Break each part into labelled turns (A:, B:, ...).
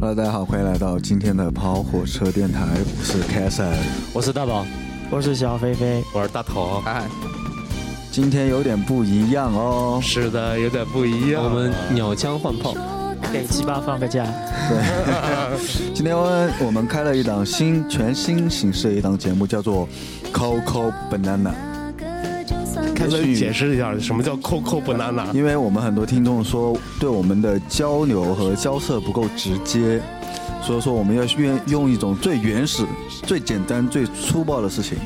A: 大家好，欢迎来到今天的跑火车电台，我是凯森。
B: 我是大宝，
C: 我是小飞飞，
B: 我是大头。
D: 哎，
A: 今天有点不一样哦，
D: 是的，有点不一样。
B: 我们鸟枪换炮，
C: 给鸡巴放个假。
A: 今天我们开了一档新全新形式的一档节目，叫做《Coco Banana》。
D: 凯森
A: 也许
D: 解释一下，什么叫 Coco banana？
A: 因为我们很多听众说对我们的交流和交涉不够直接，所以说我们要用用一种最原始、最简单、最粗暴的事情，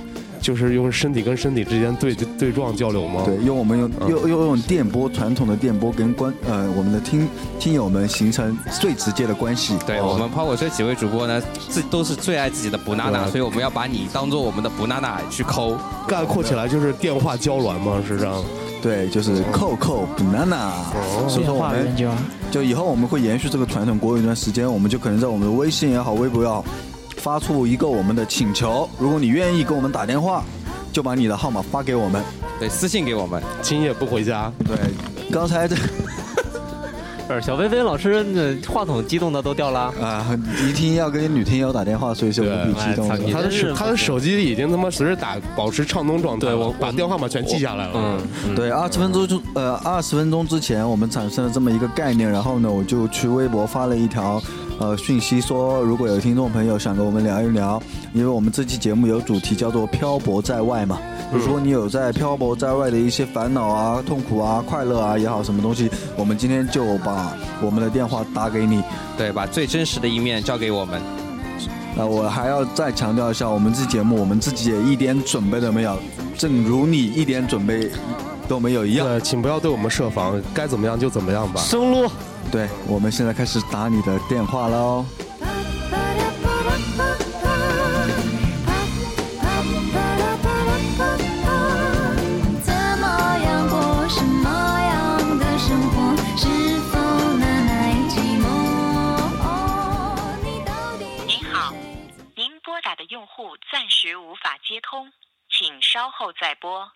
D: 就是用身体跟身体之间对对撞交流吗？啊
A: 对，，用我们用
D: 嗯
A: 用用用电波传统的电波跟观呃我们的听听友们形成最直接的关系。
E: 对、哎我们跑火车几位主播呢，自都是最爱自己的 banana，所以我们要把你当做我们的 banana 去抠。
D: 概括起来就是电话交流吗？是这样。
A: 对，就是扣扣 banana，所以
C: 电
A: 说我
C: 话
A: 们
C: 研究，
A: 哦就以后我们会延续这个传统，过一段时间，我们就可能在我们的微信也好，微博也好，发出一个我们的请求。如果你愿意给我们打电话，就把你的号码发给我们。
E: 对，私信给我们。
D: 今夜不回家，
A: 对，刚才这。
B: 不呃是小飞飞老师，那话筒激动的都掉了
A: 啊、一听要跟女听友打电话，所以就不必激动
B: 哎操你
A: 了。
D: 他的
B: 真是
D: 手他的手机已经他妈随时打保持畅通状态了，
B: 对我
D: 把电话号码全记下来了。啊
B: 嗯，
A: 对，二十分钟就呃二十分钟之前，我们产生了这么一个概念，然后呢，我就去微博发了一条呃讯息说，如果有听众朋友想跟我们聊一聊，因为我们这期节目有主题叫做“漂泊在外”嘛，如果你有在漂泊在外的一些烦恼啊、痛苦啊、快乐啊也好，什么东西，我们今天就把我们的电话打给你。
E: 对，把最真实的一面交给我们。
A: 呃，我还要再强调一下，我们这节目我们自己也一点准备都没有，正如你一点准备都没有一样。
D: 对，请不要对我们设防，该怎么样就怎么样吧。
B: 生撸，
A: 对，我们现在开始打你的电话喽。
F: 怎么样过什么样的生活？是否难耐寂寞？哦你到底？
G: 您好，您拨打的用户暂时无法接通，请稍后再拨。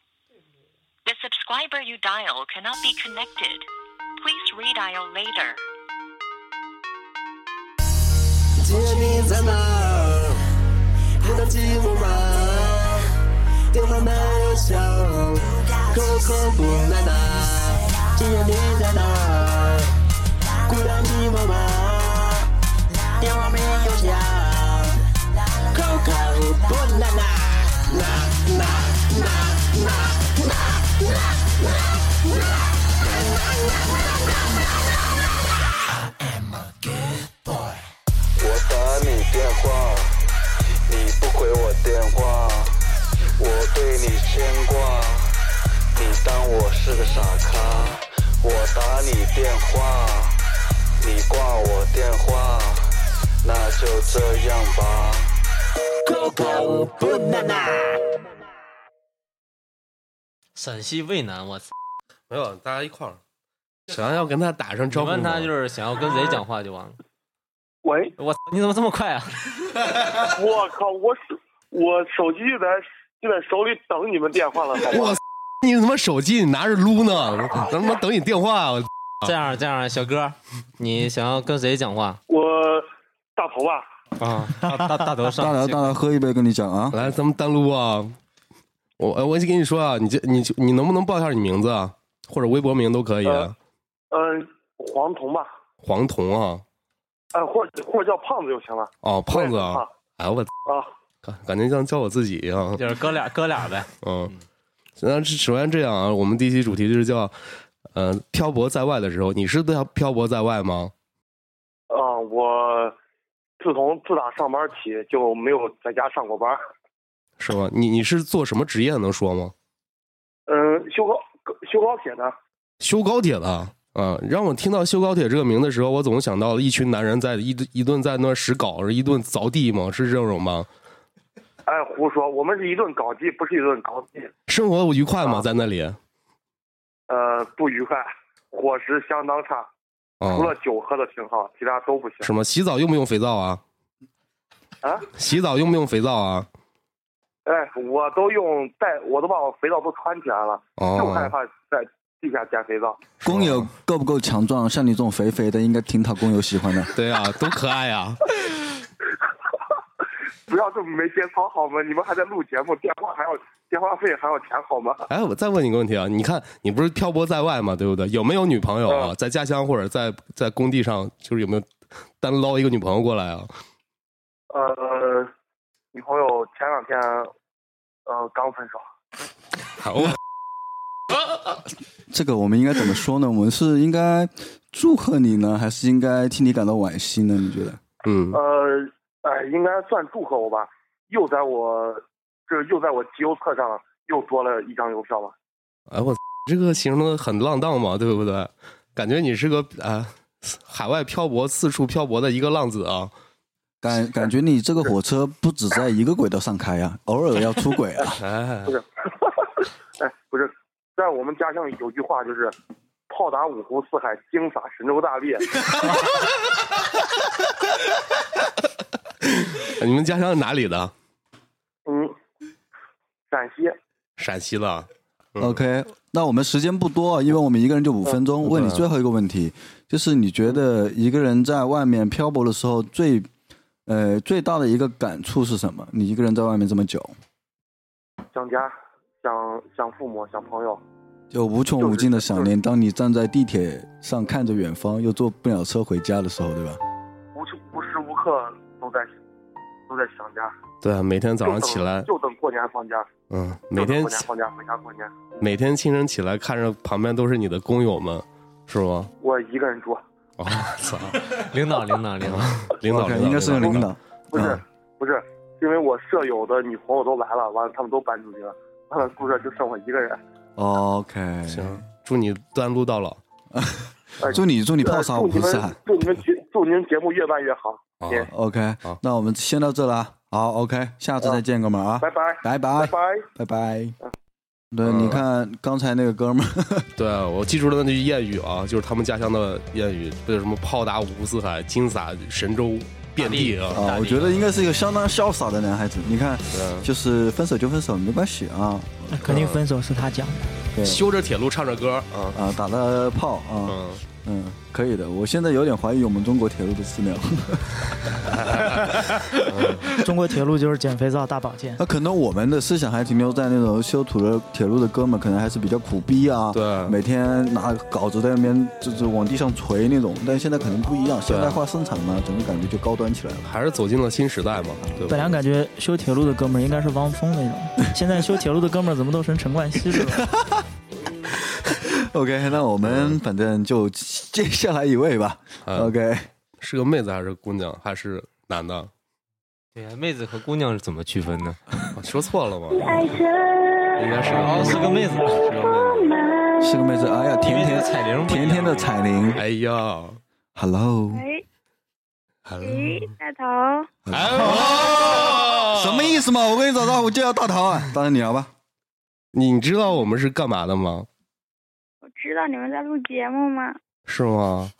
G: The subscriber you dial cannot be connected. Please redial later.
H: 今夜你在哪儿？不担心我吗？电话没有响，口口不奶奶。今夜你在哪儿？孤单寂寞吗？电话没有响，口口不奶奶。呐呐呐呐呐呐呐呐
I: 我打你电话，你不回我电话，我对你牵挂，你当我是个傻咖。我打你电话，你挂我电话，那就这样吧。
H: 口口不奶奶。
B: 陕西渭南，我操！
D: 没有，大家一块儿。想要跟他打声
B: 你
D: 招呼吗，
B: 问他就是想要跟谁讲话就完了。
J: 喂，
B: 我操，你怎么这么快啊？
J: 我靠，我手我手机就在就在手里等你们电话了，好吗？
D: 我操， 你他妈手机你拿着撸呢，咱他妈等你电话。我
B: 这样这样，小哥，你想要跟谁讲话
J: 我大头啊，
B: 啊？ 大大大头上
A: 大聊大聊，喝一杯跟你讲啊。
D: 来，咱们单撸啊！我呃我先跟你说啊，你这你你能不能报一下你名字啊，或者微博名都可以。啊
J: 呃嗯、黄铜吧，
D: 黄铜啊，
J: 呃，或者或者叫胖子就行了。
D: 哦，胖子
J: 我也
D: 啊
J: 是，
D: 哎我
J: 胖啊，
D: 感感觉像叫我自己一样。
B: 就是哥俩哥俩呗。
D: 嗯，那首先这样啊，我们第一期主题就是叫呃漂泊在外的时候，你是漂漂泊在外吗？
J: 啊、我自从自打上班起就没有在家上过班。
D: 是吗？你你是做什么职业能说吗？
J: 嗯、修高修高铁呢？
D: 修高铁的啊、让我听到“修高铁”这个名的时候，我总想到一群男人在一一顿在那儿使镐，一顿凿地嘛，是这种吗？
J: 哎，胡说，我们是一顿搞基，不是一顿搞基。
D: 生活愉快吗？
J: 啊
D: 在那里啊，
J: 呃，不愉快，伙食相当差，
B: 哦
J: 除了酒喝的挺好，其他都不行。
D: 什么洗澡用不用肥皂啊？
J: 啊？
D: 洗澡用不用肥皂啊？
J: 哎，我都用带，我都把我肥皂都穿起来了，就害
D: 哦，
J: 怕在地下捡肥皂。
A: 工友够不够强壮？像你这种肥肥的，应该挺讨工友喜欢的。
D: 对 啊，多可爱啊！
J: 不要这么没节操好吗？你们还在录节目，电话还要电话费还要钱好吗？
D: 哎，我再问你个问题啊，你看你不是漂泊在外嘛，对不对？有没有女朋友啊？在家乡或者在在工地上，就是有没有单捞一个女朋友过来啊？
J: 呃，女朋友前两天呃刚分手，
D: 好，啊
A: 这个我们应该怎么说呢？我们是应该祝贺你呢，还是应该替你感到惋惜呢？你觉得？
D: 嗯，
J: 呃，哎，应该算祝贺我吧，又在我这又在我集邮册上又多了一张邮票吧。
D: 哎我这个形容的很浪荡嘛，对不对？感觉你是个啊、海外漂泊、四处漂泊的一个浪子啊。
A: 感感觉你这个火车不止在一个轨道上开 呀、偶尔要出轨 啊！
D: 哎
J: 不，是， 哎，不是，在我们家乡有句话就是“炮打五湖四海，惊洒神州大 地
D: 你们家乡是哪里的？”。
J: 嗯，陕西，
D: 陕西的。嗯
A: OK，那我们时间不多，因为我们一个人就五分
D: 嗯
A: 钟。问你最后一个问题，就是你觉得一个人在外面漂泊的时候最，呃最大的一个感触是什么？你一个人在外面这么久，
J: 想家，想想父母，想朋友。
A: 就无穷无尽的想念。当你站在地铁上看着远方，又坐不了车回家的时候，对吧？
J: 无时无时无刻都在都在想家。
D: 对啊，每天早上
J: 就等
D: 起来，
J: 就等过年放假，
D: 嗯，
J: 就等
D: 每天
J: 过年放假回家过年。
D: 每天清晨起来，看着旁边都是你的工友们，是吗？
J: 我一个人住，
D: 哦， 操，
B: 领导，领导，领导，
D: 领导
A: OK，
D: 领导
A: 应该是个领导。
J: 不
D: 嗯
J: 是、不是，因为我舍友的女朋友都来了，完了他们都搬出去了，完了宿舍就剩我一个人。
A: OK，
D: 行，祝你端路到老。
J: 哎
A: 祝你祝你
J: 呃
A: 泡啥
J: 祝
A: 五
J: 你
A: 湖
J: 们
A: 四海。
J: 祝你们节祝你们节目越办越好，
D: 啊
J: 谢谢
A: OK，那我们先到这了啊。好，OK，下次再见，哥们儿啊，
J: 拜拜
A: 拜
J: 拜
A: 拜，
J: 拜。
A: 拜拜。对，你看刚才那个哥们儿，
D: 对啊，我记住了那句谚语啊，就是他们家乡的谚语，叫什么“炮打五湖四海，惊洒神州遍地”啊。
A: 啊，我觉得应该是一个相当潇洒的男孩子。你看，就是分手就分手，没关系啊。
C: 肯定分手是他讲的。
A: 对
D: 修着铁路，唱着歌啊。
A: 啊，打了炮啊，
D: 嗯，
A: 嗯，可以的。我现在有点怀疑我们中国铁路的质量，嗯
C: 中国铁路就是减肥皂大保健。
A: 那可能我们的思想还停留在那种修土的铁路的哥们，可能还是比较苦逼啊，
D: 对
A: 每天拿稿子在那边就是往地上锤那种。但现在可能不一样，现代化生产嘛，整个感觉就高端起来了。
D: 还是走进了新时代嘛。对
C: 本
D: 吧？
C: 来感觉修铁路的哥们儿应该是汪峰那种，现在修铁路的哥们儿怎么都成陈冠希了？
A: OK，那我们反正就接下来一位吧。
D: 嗯
A: OK，
D: 是个妹子还是姑娘还是男的？
B: 对呀，妹子和姑娘是怎么区分呢？
D: 我 说错了吗？
G: 爱
A: 哎
G: 着
D: 应该是
B: 哦，
D: 个
B: 是个妹子，
D: 是个妹子。
A: 是个妹子，哎呀，甜
B: 妹子
A: 甜
B: 的彩铃不一
A: 甜
B: 样
A: 甜的彩铃
D: 哎呀，
A: ，Hello，
G: 喂
D: 哎
G: 喂，大头，
D: 呦
A: 什么意思嘛？我跟你找到我就要大逃啊！当然你聊吧。
D: 你知道我们是干嘛的吗？
G: 我知道你们在录节目吗？
D: 是吗？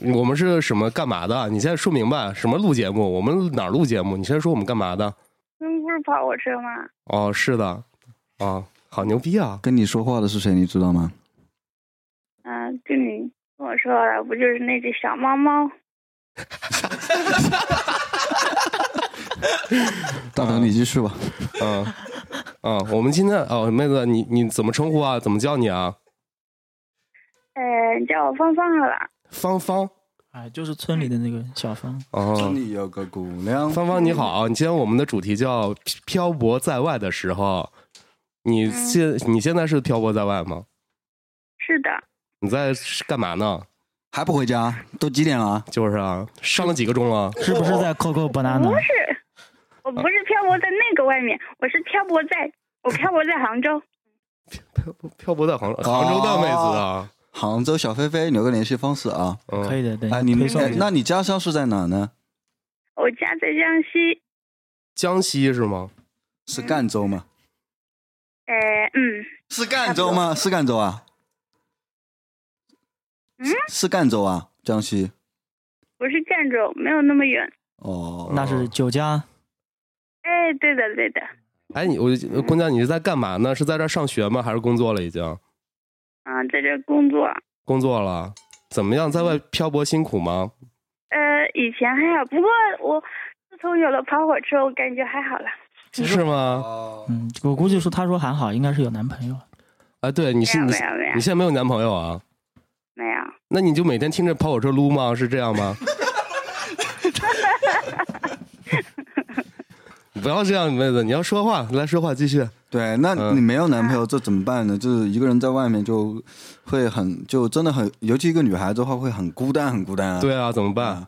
D: 你我们是什么干嘛的？你现在说明白什么录节目？我们哪儿录节目？你现在说我们干嘛的？
G: 你们不是跑火车吗？
D: 哦，是的，哦，好牛逼啊！
A: 跟你说话的是谁，你知道吗？
G: 嗯、就你跟我说了，不就是那只小猫猫？
A: 大头，你继续吧。
D: 嗯嗯，我们今天哦，妹子，你你怎么称呼啊？怎么叫你啊？
G: 呃，你叫我芳芳好了。
D: 芳芳
C: 哎，就是村里的那个小芳，
D: 哦
A: 村，里有个姑娘，
D: 芳芳你好，啊你今天我们的主题叫漂泊在外的时候，你现你现在是漂泊在外吗？
G: 是的，
D: 你在干嘛呢？
A: 还不回家？都几点了？
D: 就是啊，上了几个钟啊了？
C: 是不是在 Coco
D: 啊
C: Banana？
G: 不是，我不是漂泊在那个外面，我是漂泊在，我漂泊在杭州。
D: 漂漂泊在杭杭州的妹子啊，
A: 杭州小飞飞，留个联系方式啊。
D: 嗯
C: 可以的，对。
A: 哎，你们
C: 推送
A: 哎
C: 给
A: 那你家乡是在哪呢？
G: 我家在江西，
D: 江西是吗？
A: 是赣州吗？
G: 呃，嗯，
A: 是赣州吗？是赣州啊？
G: 嗯
A: 是是赣州啊，江西。
G: 不是赣州，没有那么远。
A: 哦，
C: 那是酒家，
G: 哎，对的，对的，
D: 哎，你我姑娘，你是在干嘛呢？是在这儿上学吗？还是工作了已经？
G: 嗯、啊，在这工作。
D: 工作了，怎么样？在外漂泊辛苦吗？
G: 呃，以前还好，不过我自从有了跑火车，我感觉还好了。
D: 是吗？
A: 哦
C: 嗯，我估计说他说还好，应该是有男朋友。
D: 啊，对，你是你
G: 没有没有没有
D: 你现在没有男朋友啊？
G: 没有，
D: 那你就每天听着跑火车撸吗？是这样吗？ 不要这样，妹子，你要说话，来说话，继续。嗯
A: 对，那呃你没有男朋友，这怎么办呢？就是一个人在外面就会很，就真的很，尤其一个女孩子的话，会很孤单，很孤单啊。
D: 对啊，怎么办？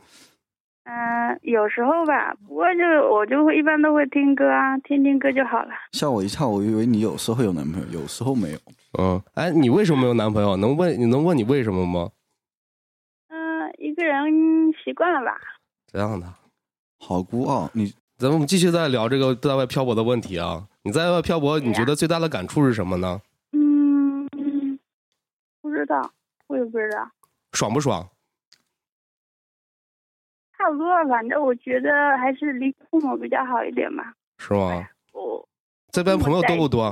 G: 嗯、有时候吧，不过就我就会一般都会听歌啊，听听歌就好了。
A: 吓我一跳，我以为你有时候有男朋友，有时候没有。
D: 嗯，哎，你为什么没有男朋友？能问你能问你为什么吗？
G: 嗯、一个人习惯了吧？
D: 这样的，
A: 好孤傲。你，
D: 咱们我们继续再聊这个在外漂泊的问题啊。你在外漂泊，你觉得最大的感触是什么呢？
G: 嗯，不知道，我也不知道，
D: 爽不爽？
G: 差不多，反正我觉得还是离父母比较好一点吧。
D: 是吗？
G: 我
D: 这边朋友多不多？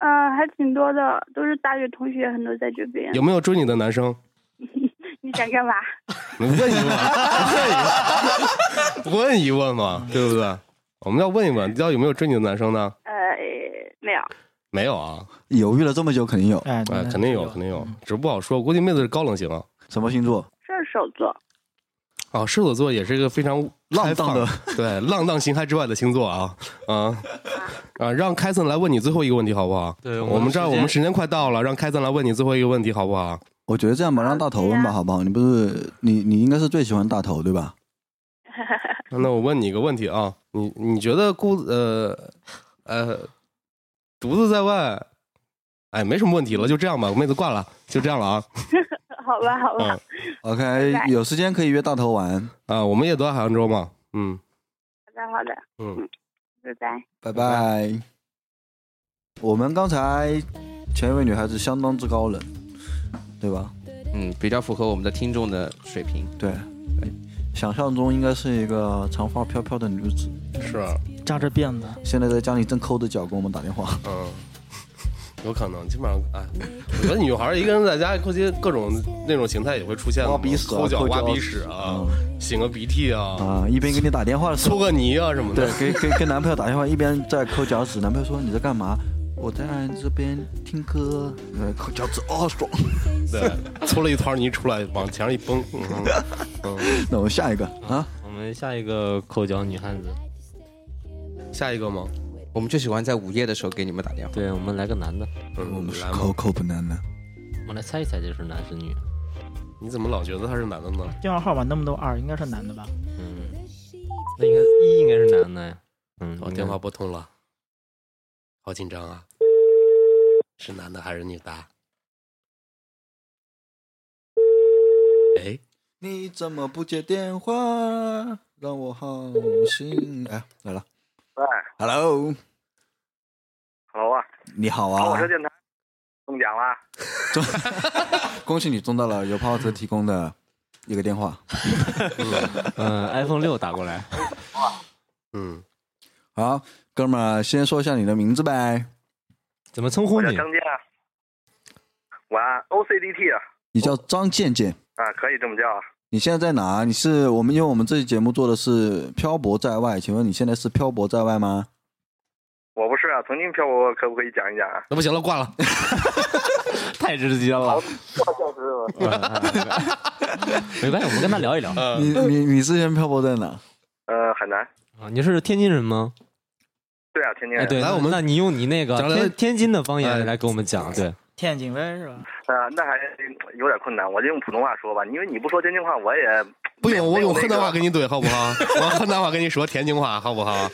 G: 呃，还挺多的，都是大学同学，很多在这边。
D: 有没有追你的男生？
G: 你想干嘛？
D: 问 一问，问一问嘛，对不对？我们要问一问，你知道有没有追你的男生呢？
G: 呃，没有。
D: 没有啊，
A: 犹豫了这么久，肯定有。
C: 哎
D: 哎，肯定有，肯定有，只是不好说。估计妹子是高冷型啊。
A: 什么星座？
G: 射手座，
D: 哦，射手座也是一个非常浪
A: 荡的，
D: 对，浪荡形骸之外的星座啊，啊啊！让凯森来问你最后一个问题好不好？
B: 对我们
D: 我们这儿
B: 时
D: 我
B: 间
D: 们时间快到了，让凯森来问你最后一个问题好不好？
A: 我觉得这样吧，让大头问吧，好不好？你不是你你应该是最喜欢大头对吧？
D: 那我问你一个问题啊，你你觉得孤呃呃独自在外，哎，没什么问题了，就这样吧，妹子挂了，就这样了啊。
G: 好吧，好吧。
D: 嗯
A: ，OK，有时间可以约大头玩
D: 啊，我们也都在杭州嘛，嗯
G: 好的，好的，
D: 嗯，
G: 拜拜。
A: 拜拜。我们刚才前一位女孩子相当之高冷，对吧？
E: 嗯，比较符合我们的听众的水平。
A: 对，想象中应该是一个长发飘飘的女子，
D: 是啊，
A: 扎着辫子，现在在家里正抠着脚给我们打电话。
D: 嗯，有可能，基本上哎，我觉得女孩儿一个人在家，估计各种那种形态也会出现的嘛，
A: 挖鼻屎啊
D: 抠脚、
A: 抠脚
D: 挖鼻屎啊，擤个鼻涕啊，
A: 啊，一边给你打电话的时候，
D: 搓个泥啊什么的
A: 对，给给跟男朋友打电话，一边在抠脚趾，男朋友说你在干嘛？我在这边听歌，呃，抠脚趾哦，爽。
D: 对，搓了一团泥出来，往墙上一崩。嗯嗯，
A: 那我们下一个啊，
B: 我们下一个抠脚女汉子，
D: 下一个吗？
E: 我们就喜欢在午夜的时候给你们打电话。
B: 对，我们来个男的。
D: 嗯，我们来
A: 抠抠不难的。
B: 我们来猜一猜这是男是女。
D: 你怎么老觉得他是男的呢？
C: 电话号码那么多二，应该是男的吧？
B: 嗯，那应该一应该是男的呀。嗯，
D: 哦，
B: 应该
D: 电话拨通了，好紧张啊！是男的还是女的？哎，
A: 你怎么不接电话？让我好心哎，来了
K: 喂
A: ，Hello，
K: ，Hello 啊，
A: 你好
K: 跑火
A: 啊
K: 车，电台中奖啦！
A: 恭喜你中到了由泡泡车提供的一个电话。
B: 嗯，iPhone 六打过来。
D: 嗯，
A: 好，哥们儿，先说一下你的名字呗，
B: 怎么称呼
K: 我叫张健啊，我 OCDT 啊，
A: 你叫张健健。
K: 啊，可以这么叫啊。
A: 你现在在哪？你是我们因为我们这期节目做的是漂泊在外，请问你现在是漂泊在外吗？
K: 我不是啊，曾经漂泊过，可不可以讲一讲啊？
D: 那不行了，挂了。
B: 太直接了，
K: 我消失了。
B: 没关系，我们跟他聊一聊。
D: 呃
A: 你
D: 嗯
A: 你你之前漂泊在哪？
K: 呃，海南，
B: 啊，你是天津人吗？
K: 对啊，天津
B: 哎，
K: 人。
B: 对，那那你用你那个
K: 咱来
B: 天天津的方
D: 哎
B: 言来给我们讲，对，
C: 天津卫是吧？
K: 呃，那还有点困难，我就用普通话说吧，因为你不说天津话，我也
D: 不行，我
K: 没有
D: 用
K: 那
D: 河
K: 个
D: 南话跟你怼好不 好？我河南话跟你说天津话好不好？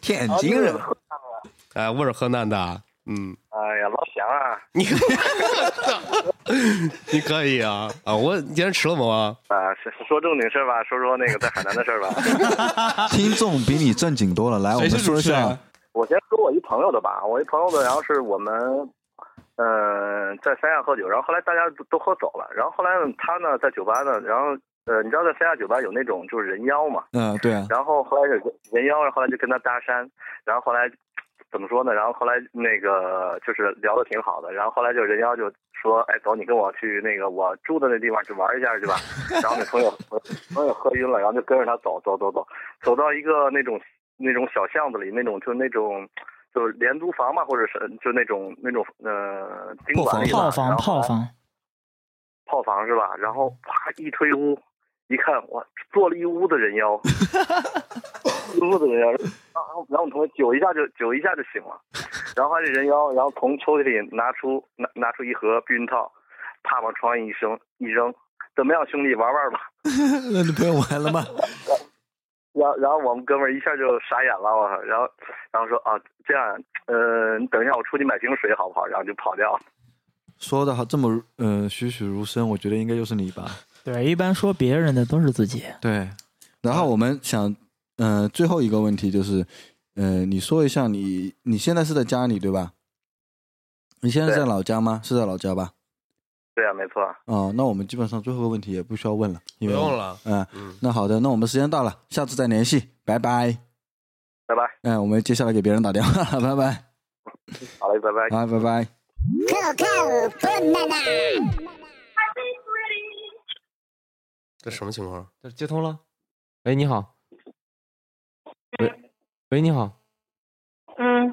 A: 天
K: 津人。
D: 啊哎，我是河南的，嗯，
K: 哎呀，老乡啊，
D: 你你可以啊 啊！我你今天吃了吗？
K: 啊，是说正经事儿吧，说说那个在海南的事儿吧。
A: 听众比你正经多了，来，我们说一下。
K: 我先说我一朋友的吧，我一朋友的，然后是我们，嗯、在三亚喝酒，然后后来大家都都喝走了，然后后来呢，他呢在酒吧呢，然后呃，你知道在三亚酒吧有那种就是人妖嘛，
A: 嗯，对啊，
K: 然后后来有个人妖，然后后来就跟他搭讪，然后后来怎么说呢？然后后来那个就是聊的挺好的，然后后来就人妖就说：“哎，走，你跟我去那个我住的那地方去玩一下去吧。”然后那朋友 朋友喝晕了，然后就跟着他走走走走，走到一个那种那种小巷子里，那种就那种就是廉租房嘛，或者是就那种那种呃宾馆里吧
C: 炮房，
K: 然后
C: 炮房，
K: 炮房是吧？然后啪一推屋，一看哇，坐了一屋子人妖，一屋子人妖。然后然后我们同学酒一下就酒一下就醒了，然后这人妖，然后从抽屉里拿出拿拿出一盒避孕套，啪往床上一扔一扔，怎么样兄弟玩玩吧？
B: 啊
A: 那你朋友玩了吗？
K: 然后然后我们哥们儿一下就傻眼了，我靠！然后然后说啊这样，呃，你等一下我出去买瓶水好不好？然后就跑掉了。
A: 说的好这么呃栩栩如生，我觉得应该就是你吧。
C: 对，一般说别人的都是自己。
A: 对，然后我们想，呃，最后一个问题就是，呃，你说一下你你现在是在家里对吧？你现在在老家吗？是在老家吧？
K: 对啊，没错。
A: 哦，那我们基本上最后一个问题也不需要问了，因为
D: 不用了
A: 嗯、
D: 嗯
A: 那好的，那我们时间到了，下次再联系，拜拜。
K: 拜拜。
A: 嗯、我们接下来给别人打电话了，拜拜。
K: 好嘞，拜拜。
A: 好，拜拜。
H: Coco banana，
D: 这什么情况？啊
J: 这接通了。喂，你好。喂，喂，你好。
G: 嗯，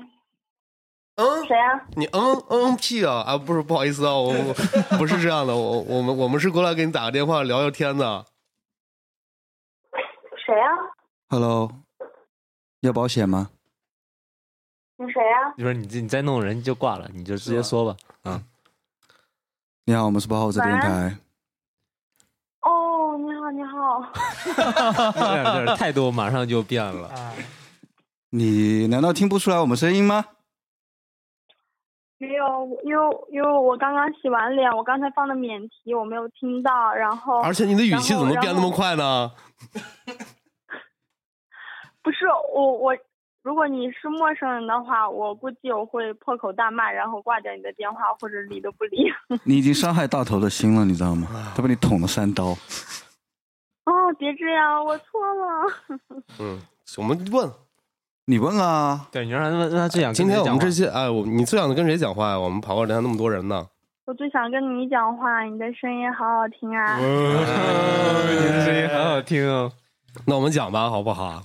D: 嗯，
G: 谁啊？
D: 你嗯嗯屁啊啊！不是，不好意思啊，我我不是这样的，我我们我们是过来给你打个电话聊聊天
G: 哦
D: 的。
G: 谁啊？
A: Hello，要保险吗？
G: 你谁啊？
J: 就说你你再弄人就挂了，你就直接说吧。
D: 嗯
J: 啊，
A: 你好，我们是八号子电
G: 晚
A: 台。
G: 哦，你好，你好。
J: 这样这样态度马 上就变
D: 啊
J: 了。
A: 你难道听不出来我们声音 吗？
G: 没有，因为因为我刚刚洗完脸，我刚才放的免提，我没有听到。然后，
D: 而且你的语气怎
G: 然后
D: 么变那么？
G: 然后
D: 快呢？
G: 不是我我，如果你是陌生人的话，我估计我会破口大骂，然后挂掉你的电话，或者理都不理。
A: 你已经伤害大头的心了，你知道吗？
D: 啊
A: 他被你捅了三刀。
G: 哦，别这样，我错了。
D: 嗯，我们问，
A: 你问啊。
J: 对，你让他问他最想
D: 今天我们这
J: 些
D: 些哎，我你最想跟谁讲话呀？我们跑过来那么多人呢。
G: 我就想跟你讲话，你的声音好好听
J: 哎
G: 啊。
D: 你的声音
J: 好好听哦。
D: 那我们讲吧，好不好？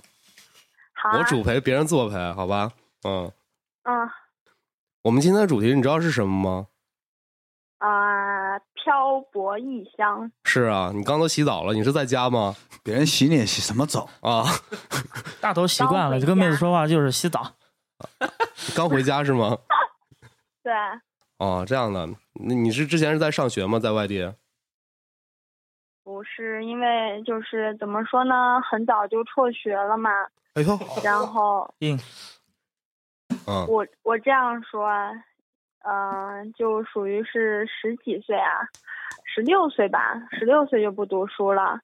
G: 好啊
D: 我主陪，别人作陪，好吧？嗯，
G: 嗯
D: 我们今天的主题你知道是什么吗？
G: 啊、漂泊异乡。
D: 是啊，你刚都洗澡了，你是在家吗？
A: 别人洗脸洗什么澡
D: 啊？
C: 大头习惯了，就跟妹子说话就是洗澡。
D: 刚回家是吗？
G: 对，
D: 哦，这样的，那你是之前是在上学吗？在外地？
G: 不是因为就是怎么说呢，很早就辍学了嘛。
D: 哎呦，
G: 然后
C: 硬，
D: 嗯，
G: 啊我我这样说啊，嗯，就属于是十几岁啊，十六岁吧，十六岁就不读书了，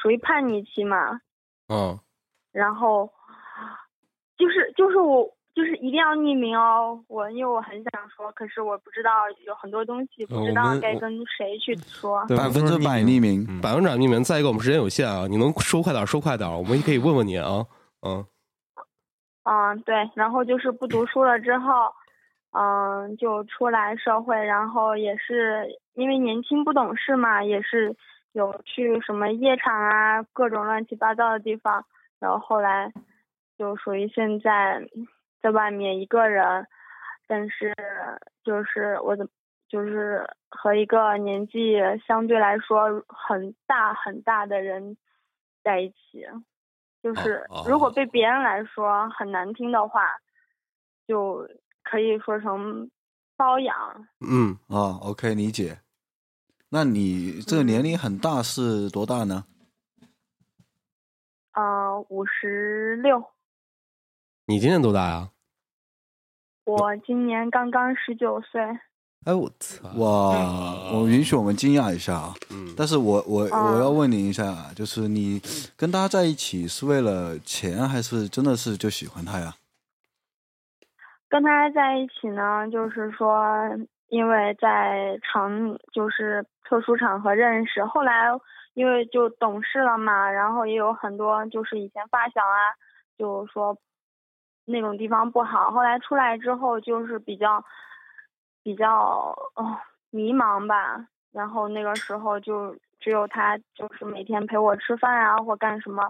G: 属于叛逆期嘛。
D: 嗯，
G: 然后就是就是我就是一定要匿名哦，我因为我很想说，可是我不知道有很多东西不知
D: 呃我
G: 道
D: 们
G: 该
D: 我
G: 跟谁去说。
A: 百分之百匿名，嗯
D: 百分之百匿名。再一个，我们时间有限啊，你能说快点说快点，我们也可以问问你啊，嗯，
G: 嗯，对，然后就是不读书了之后，嗯，就出来社会，然后也是因为年轻不懂事嘛，也是有去什么夜场啊，各种乱七八糟的地方，然后后来就属于现在在外面一个人，但是就是我怎就是和一个年纪相对来说很大很大的人在一起，就是
H: 哦哦
G: 如果被别人来说很难听的话，就可以说成包养。
D: 嗯
A: 啊，OK，理解。那你这个年龄很大是多大呢？
G: 嗯，五十
H: 嗯
G: 六，
D: 你今年多大呀？
G: 我今年刚刚十九岁。
D: 哎，我操！
A: 哇，我允许我们惊讶一下啊。
D: 嗯。
A: 但是我我
G: 啊
A: 我要问你一下啊，就是你跟他在一起是为了钱，还是真的是就喜欢他呀？
G: 跟他在一起呢，就是说，因为在场就是特殊场合认识，后来因为就懂事了嘛，然后也有很多就是以前发小啊，就说那种地方不好。后来出来之后就是比较比较哦迷茫吧，然后那个时候就只有他就是每天陪我吃饭啊，或干什么，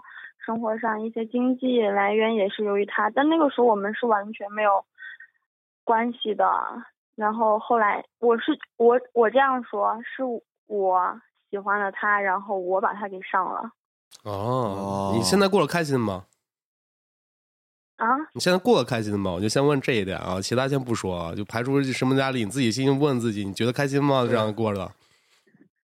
G: 生活上一些经济来源也是由于他。但那个时候我们是完全没有关系的。然后后来我是我我这样说，是我喜欢了他，然后我把他给上了
D: 哦，你现在过得开心吗？
G: 啊。
D: 你现在过得开心吗？我就先问这一点啊，其他先不说啊，就排除什么压力，你自己心问自己，你觉得开心吗？这样过着，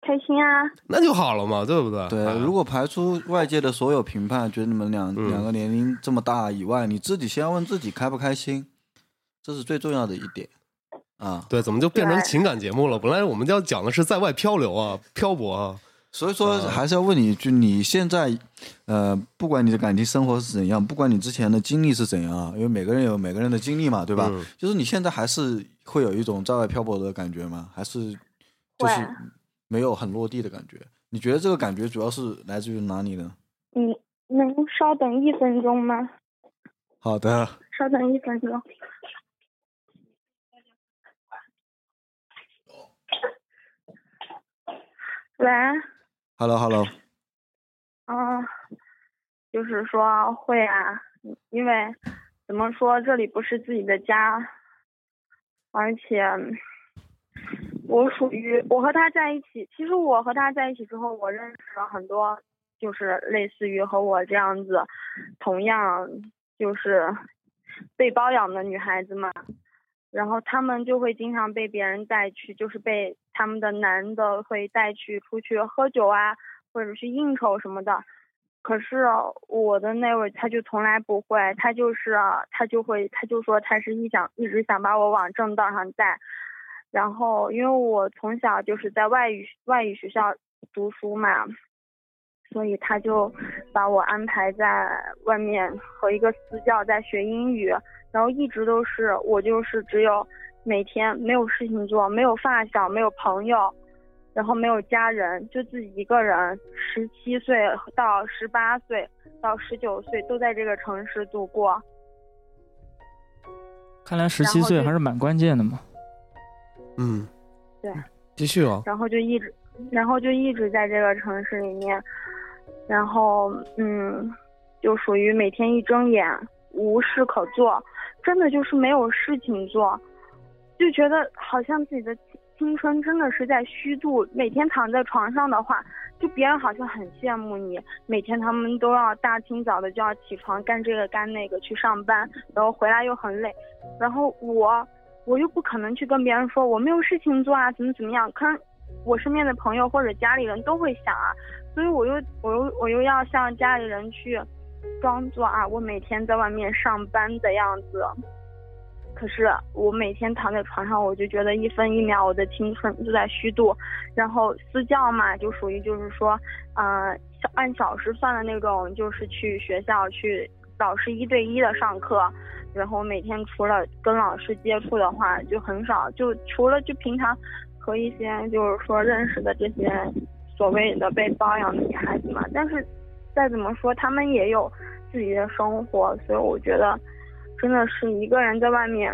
G: 开心啊！
D: 那就好了嘛，对不对？嗯
A: 对，如果排除外界的所有评判，觉得你们两、两个年龄这么大以外，你自己先问自己开不开心，这是最重要的一点。啊，
D: 对，怎么就变成
A: 对
D: 情感节目了？本来我们要讲的是在外漂流啊，漂泊啊，嗯
A: 所以说还是要问你一句，你现在，呃，不管你的感情生活是怎样，不管你之前的经历是怎样啊，因为每个人有每个人的经历嘛，对吧？
D: 嗯
A: 就是你现在还是会有一种在外漂泊的感觉吗？还是就
G: 会
A: 是没有很落地的感觉？你觉得这个感觉主要是来自于哪里呢？
G: 你能稍等一分钟吗？
A: 好的，
G: 稍等一分钟。喂，
A: Hello Hello，
G: 嗯，就是说会啊，因为怎么说这里不是自己的家，而且我属于我和他在一起，其实我和他在一起之后，我认识了很多，就是类似于和我这样子，同样就是被包养的女孩子嘛，然后她们就会经常被别人带去，就是被他们的男的会带去出去喝酒啊，或者去应酬什么的。可是我的那位他就从来不会，他就是啊他就会他就说他是一想一直想把我往正道上带，然后因为我从小就是在外语外语学校读书嘛，所以他就把我安排在外面和一个私教在学英语，然后一直都是我就是只有每天没有事情做，没有发小，没有朋友，然后没有家人，就自己一个人，十七岁到十八岁到十九岁都在这个城市度过。
C: 看来十七岁还是蛮关键的嘛。
D: 嗯，
G: 对，
D: 继续啊，
G: 然后就一直，然后就一直在这个城市里面，然后嗯，就属于每天一睁眼无事可做，真的就是没有事情做，就觉得好像自己的青青春真的是在虚度。每天躺在床上的话，就别人好像很羡慕你，每天他们都要大清早的就要起床干这个干那个去上班，然后回来又很累，然后我。我又不可能去跟别人说我没有事情做啊，怎么怎么样。可是我身边的朋友或者家里人都会想啊，所以我又我又我又要向家里人去装作啊，我每天在外面上班的样子。可是我每天躺在床上，我就觉得一分一秒我的青春就在虚度。然后私教嘛，就属于就是说，呃，小按小时算的那种，就是去学校去老师一对一的上课。然后每天除了跟老师接触的话，就很少，就除了就平常和一些就是说认识的这些所谓的被包养的女孩子嘛，但是再怎么说，她们也有自己的生活，所以我觉得真的是一个人在外面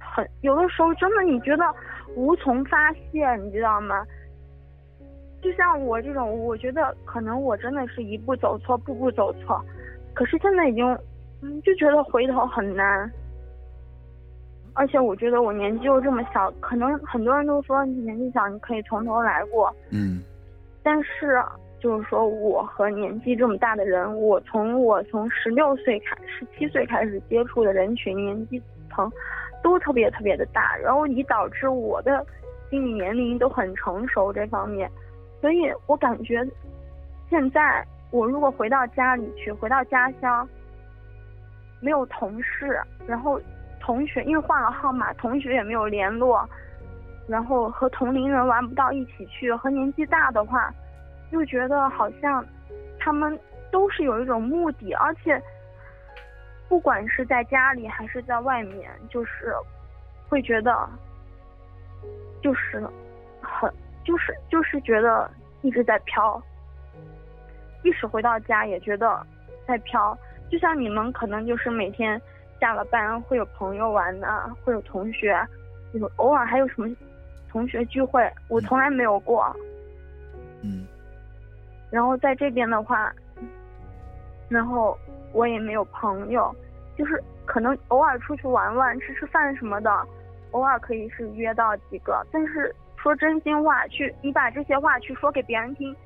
G: 很有的时候真的你觉得无从发泄，你知道吗？就像我这种，我觉得可能我真的是一步走错，步步走错，可是现在已经嗯，就觉得回头很难。而且我觉得我年纪又这么小，可能很多人都说你年纪小，你可以从头来过。
A: 嗯，
G: 但是啊就是说，我和年纪这么大的人，我从我从十六岁开十七岁开始接触的人群，年纪层都特别特别的大，然后以导致我的心理年龄都很成熟这方面，所以我感觉现在我如果回到家里去，回到家乡，没有同事，然后同学因为换了号码，同学也没有联络，然后和同龄人玩不到一起去，和年纪大的话，又觉得好像他们都是有一种目的，而且不管是在家里还是在外面，就是会觉得就是很就是就是觉得一直在飘，即使回到家也觉得在飘。就像你们可能就是每天下了班会有朋友玩啊，会有同学，有偶尔还有什么同学聚会，我从来没有过。
A: 嗯。
G: 然后在这边的话，然后我也没有朋友，就是可能偶尔出去玩玩、吃吃饭什么的，偶尔可以是约到几个，但是说真心话，去你把这些话去说给别人听，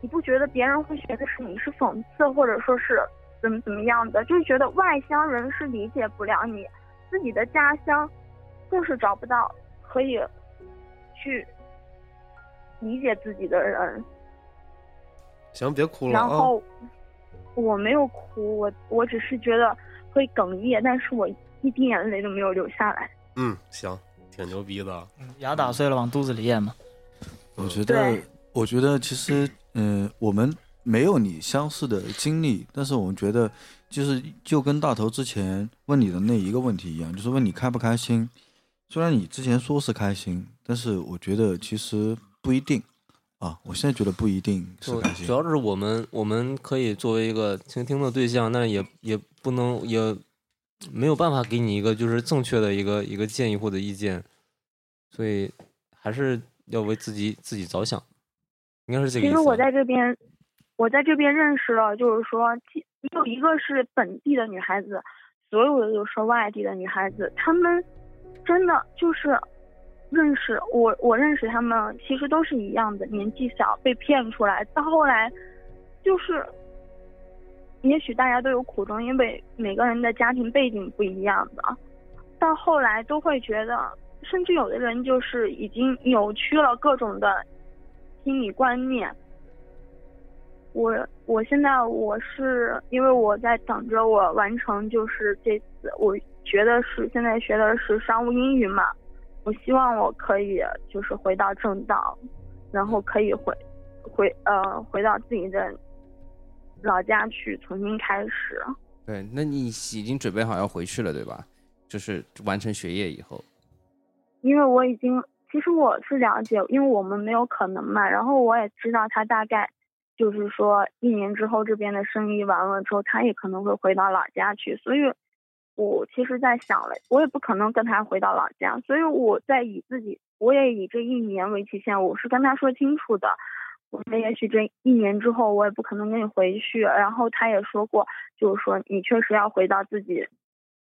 G: 你不觉得别人会觉得是你是讽刺，或者说是怎么怎么样的？就是觉得外乡人是理解不了你自己的家乡，就是找不到可以去理解自己的人。
D: 行，别哭了
G: 然
D: 啊！
G: 后我没有哭，我我只是觉得会哽咽，但是我一滴眼泪都没有流下来。
D: 嗯，行，挺牛逼的。
C: 嗯牙打碎了往肚子里咽嘛。
A: 我觉得，我觉得其实，嗯、我们没有你相似的经历，但是我们觉得，就是就跟大头之前问你的那一个问题一样，就是问你开不开心。虽然你之前说是开心，但是我觉得其实不一定啊。我现在觉得不一定是
B: 就
A: 开心
B: 主。要是我们，我们可以作为一个倾听的对象，但是也也不能也没有办法给你一个就是正确的一个一个建议或者意见，所以还是要为自己自己着想，应该是这个
G: 其
B: 意
G: 实
B: 思。啊
G: 我在这边，我在这边认识了，就是说，其有一个是本地的女孩子，所有的都是外地的女孩子，她们真的就是认识我，我认识她们其实都是一样的，年纪小被骗出来，到后来就是，也许大家都有苦衷，因为每个人的家庭背景不一样的，到后来都会觉得，甚至有的人就是已经扭曲了各种的心理观念。我我现在我是因为我在等着我完成，就是这次我学的是现在学的是商务英语嘛，我希望我可以就是回到正道，然后可以回回呃回到自己的老家去重新开始。
E: 对，那你已经准备好要回去了，对吧？就是完成学业以后，
G: 因为我已经，其实我是了解，因为我们没有可能嘛，然后我也知道他大概就是说一年之后这边的生意完了之后，他也可能会回到老家去，所以我其实在想了，我也不可能跟他回到老家，所以我在以自己，我也以这一年为期限，我是跟他说清楚的。我们也许这一年之后，我也不可能跟你回去。然后他也说过，就是说你确实要回到自己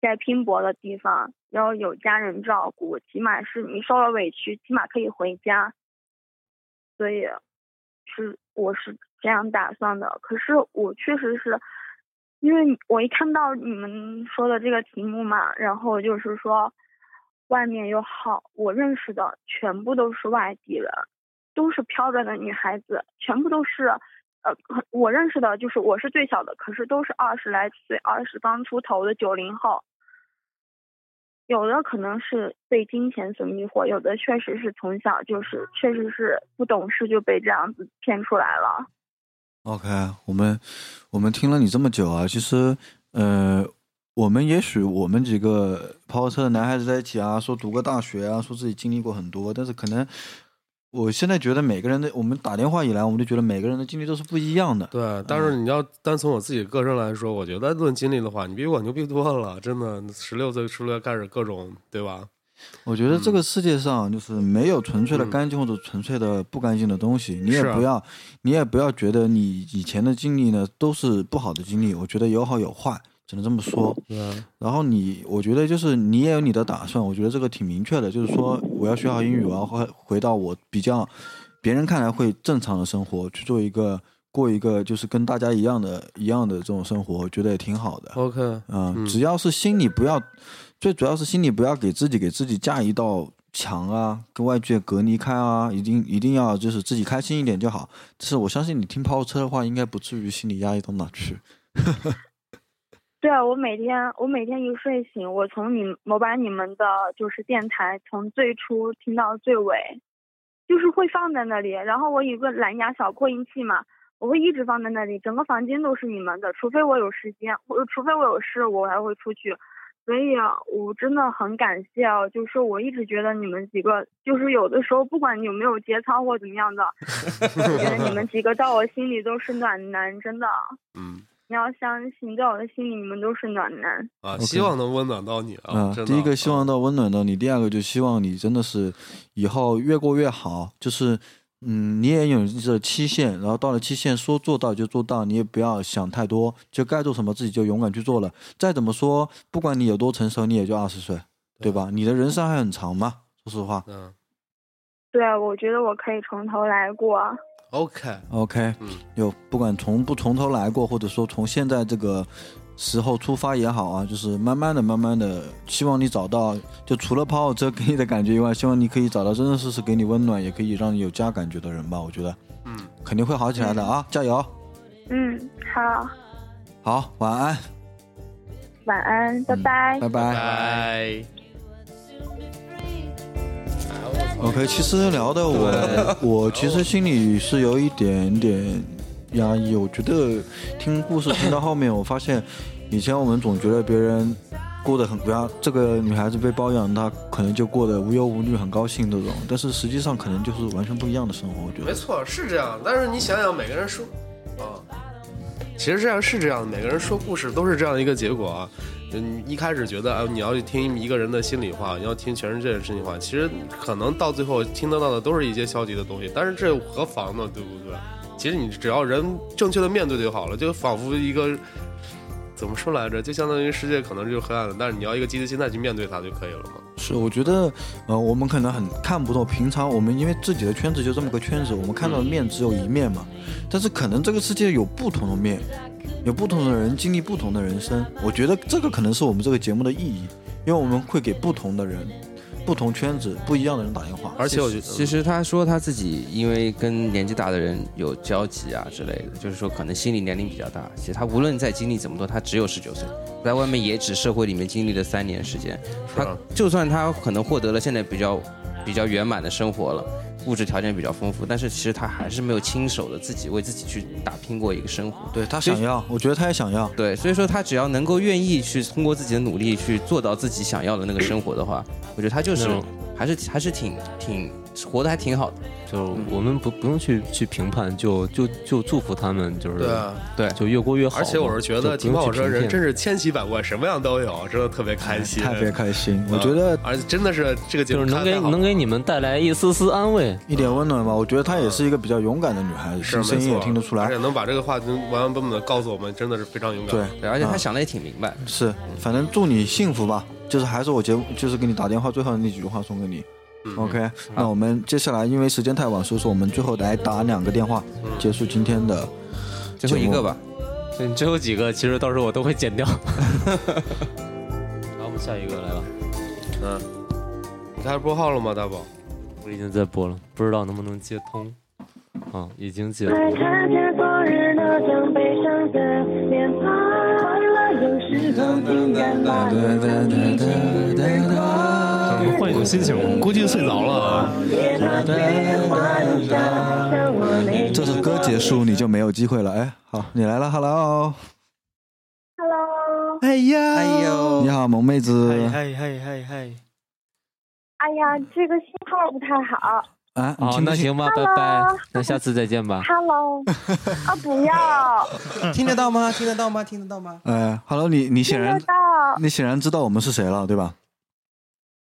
G: 在拼搏的地方，要有家人照顾，起码是你受了委屈，起码可以回家。所以是我是这样打算的。可是我确实是因为我一看到你们说的这个题目嘛，然后就是说外面有好，我认识的全部都是外地人，都是漂亮的女孩子，全部都是。呃，我认识的就是我是最小的，可是都是二十来岁，二十刚出头的九零后，有的可能是被金钱所迷惑，有的确实是从小就是确实是不懂事就被这样子骗出来了。
A: OK，我们我们听了你这么久啊，其实呃，我们也许我们几个跑车的男孩子在一起啊，说读过大学啊，说自己经历过很多，但是可能我现在觉得每个人的，我们打电话以来，我们就觉得每个人的经历都是不一样的。嗯
D: 对，啊但是你要单从我自己个人来说，我觉得论经历的话，你比我牛逼多了，真的。十六岁出来开始各种，对吧？
A: 我觉得
D: 嗯
A: 这个世界上就是没有纯粹的干净或者纯粹的不干净的东西，你也
D: 是啊
A: 不要，你也不要觉得你以前的经历呢都是不好的经历，我觉得有好有坏，只能这么说。
D: 嗯，
A: 然后你，我觉得就是你也有你的打算，我觉得这个挺明确的，就是说我要学好英语，我要回回到我比较别人看来会正常的生活，去做一个过一个就是跟大家一样的一样的这种生活，我觉得也挺好的。
D: OK，
A: 嗯，只要是心里不要，最主要是心里不要给自己给自己架一道墙啊，跟外界隔离开啊，一定一定要就是自己开心一点就好。但是我相信你听跑车的话，应该不至于心理压抑到哪去。
G: 对啊，我每天我每天一睡醒，我从你我把你们的就是电台从最初听到最尾，就是会放在那里。然后我有个蓝牙小扩音器嘛，我会一直放在那里，整个房间都是你们的，除非我有时间，我除非我有事，我还会出去。所以啊，我真的很感谢啊，就是我一直觉得你们几个，就是有的时候不管有没有节操 或怎么样的，我觉得你们几个到我心里都是暖男，真的。
D: 嗯，
G: 你要相信，在我的心里，你们都是暖男。
D: 啊，
A: OK
D: 希望能温暖到你啊！
A: 嗯
D: 真，的
A: 第一个希望到温暖到你，第二个就希望你真的是以后越过越好，就是嗯，你也有这期限，然后到了期限说做到就做到，你也不要想太多，就该做什么自己就勇敢去做了。再怎么说，不管你有多成熟，你也就二十岁，对吧？你的人生还很长嘛，说实话。
D: 嗯
G: 对，啊我觉得我可以从头来过。
D: ，OK，嗯
A: OK，有不管从不从头来过，或者说从现在这个时候出发也好啊，就是慢慢的、慢慢的，希望你找到，就除了跑跑车给你的感觉以外，希望你可以找到真真实实给你温暖，也可以让你有家感觉的人吧。我觉得，
D: 嗯，
A: 肯定会好起来的啊，加油！
G: 嗯，好，
A: 好，晚安，
G: 晚安，拜拜，
A: 嗯拜拜。
D: 拜。
A: OK，其哦实聊的我，我其实心里是有一点点压抑。我觉得听故事听到后面，我发现以前我们总觉得别人过得很不要，这个女孩子被包养，她可能就过得无忧无虑，很高兴这种。但是实际上可能就是完全不一样的生活。我觉得，
D: 没错，是这样。但是你想想，每个人说啊，其实这样是这样，每个人说故事都是这样一个结果啊。嗯，一开始觉得啊，你要去听一个人的心里话，你要听全世界的心里话，其实可能到最后听得到的都是一些消极的东西。但是这又何妨呢？对不对？其实你只要人正确的面对就好了，就仿佛一个怎么说来着，就相当于世界可能就是黑暗的，但是你要一个积极心态去面对它就可以了嘛。
A: 是，我觉得，呃，我们可能很看不透。平常我们因为自己的圈子就这么个圈子，我们看到的面只有一面嘛。但是可能这个世界有不同的面，有不同的人经历不同的人生。我觉得这个可能是我们这个节目的意义，因为我们会给不同的人、不同圈子、不一样的人打电话。
E: 其
A: 嗯
E: 实其实他说他自己因为跟年纪大的人有交集啊之类的，就是说可能心理年龄比较大。其实他无论在经历怎么多，他只有十九岁，在外面野指社会里面经历了三年时间。
A: 啊
E: 他就算他可能获得了现在比较比较圆满的生活了，物质条件比较丰富，但是其实他还是没有亲手的自己为自己去打拼过一个生活。
A: 对他想要，我觉得他也想要。
E: 对，所以说他只要能够愿意去通过自己的努力去做到自己想要的那个生活的话，我觉得他就是
B: 嗯
E: 还是还是挺挺活得还挺好的。
B: 就我们不不用去去评判，就就就祝福他们，就是
D: 对啊
E: 对，
B: 就越过越好嘛。
D: 而且我是觉得
B: 就
D: 挺
B: 不用
D: 好
B: 去
D: 车
B: 评
D: 人
B: 鉴
D: 真是千奇百怪，什么样都有，真的特别开心，
A: 特别开心，我觉得
D: 嗯而且真的是这个节
B: 就
D: 目
B: 是能给能给你们带来一丝丝安慰，
A: 一点温暖吧。我觉得她也是一个比较勇敢的女孩子，
D: 是
A: 听声音也听得出来
D: 而。且能把这个话能完完本本的告诉我们，真的是非常勇敢。
A: 对对而且他嗯想
E: 得也挺明白。
A: 是，反正祝你幸福吧。就是还是我节目，就是给你打电话最后的那几句话送给你。OK，那
E: 嗯
A: 我们接下来因为时间太晚，所以说我们最后来打两个电话，结束今天的
E: 嗯最后一个吧。
B: 对，嗯你最后几个其实到时候我都会剪掉。 然后我们下一个来了，
D: 嗯，你开始拨号了吗，大宝？
B: 我已经在播了，不知道能不能接通。啊，已经接了。
H: 快擦肩昨日那张悲伤的脸庞，快乐有时候竟然把我当一起的光。
D: 换一种心情，估计睡着了。
A: 这首歌结束，你就没有机会了。哎，好，你来了，Hello，
G: Hello，
A: 哎呀，
C: 哎呦
A: 你好，萌妹
D: 嗯
A: 子
C: 嗨嗨嗨嗨！
G: 哎呀，这个信号不太好。
A: 啊，
B: 好，那行吧，拜拜
G: Hello，
B: 那下次再见 吧。
G: Hello，啊不要，
E: 听得到吗？听得到吗？听得到吗？
A: 哎，Hello，你你显然
G: 听得到
A: 你显然知道我们是谁了，对吧？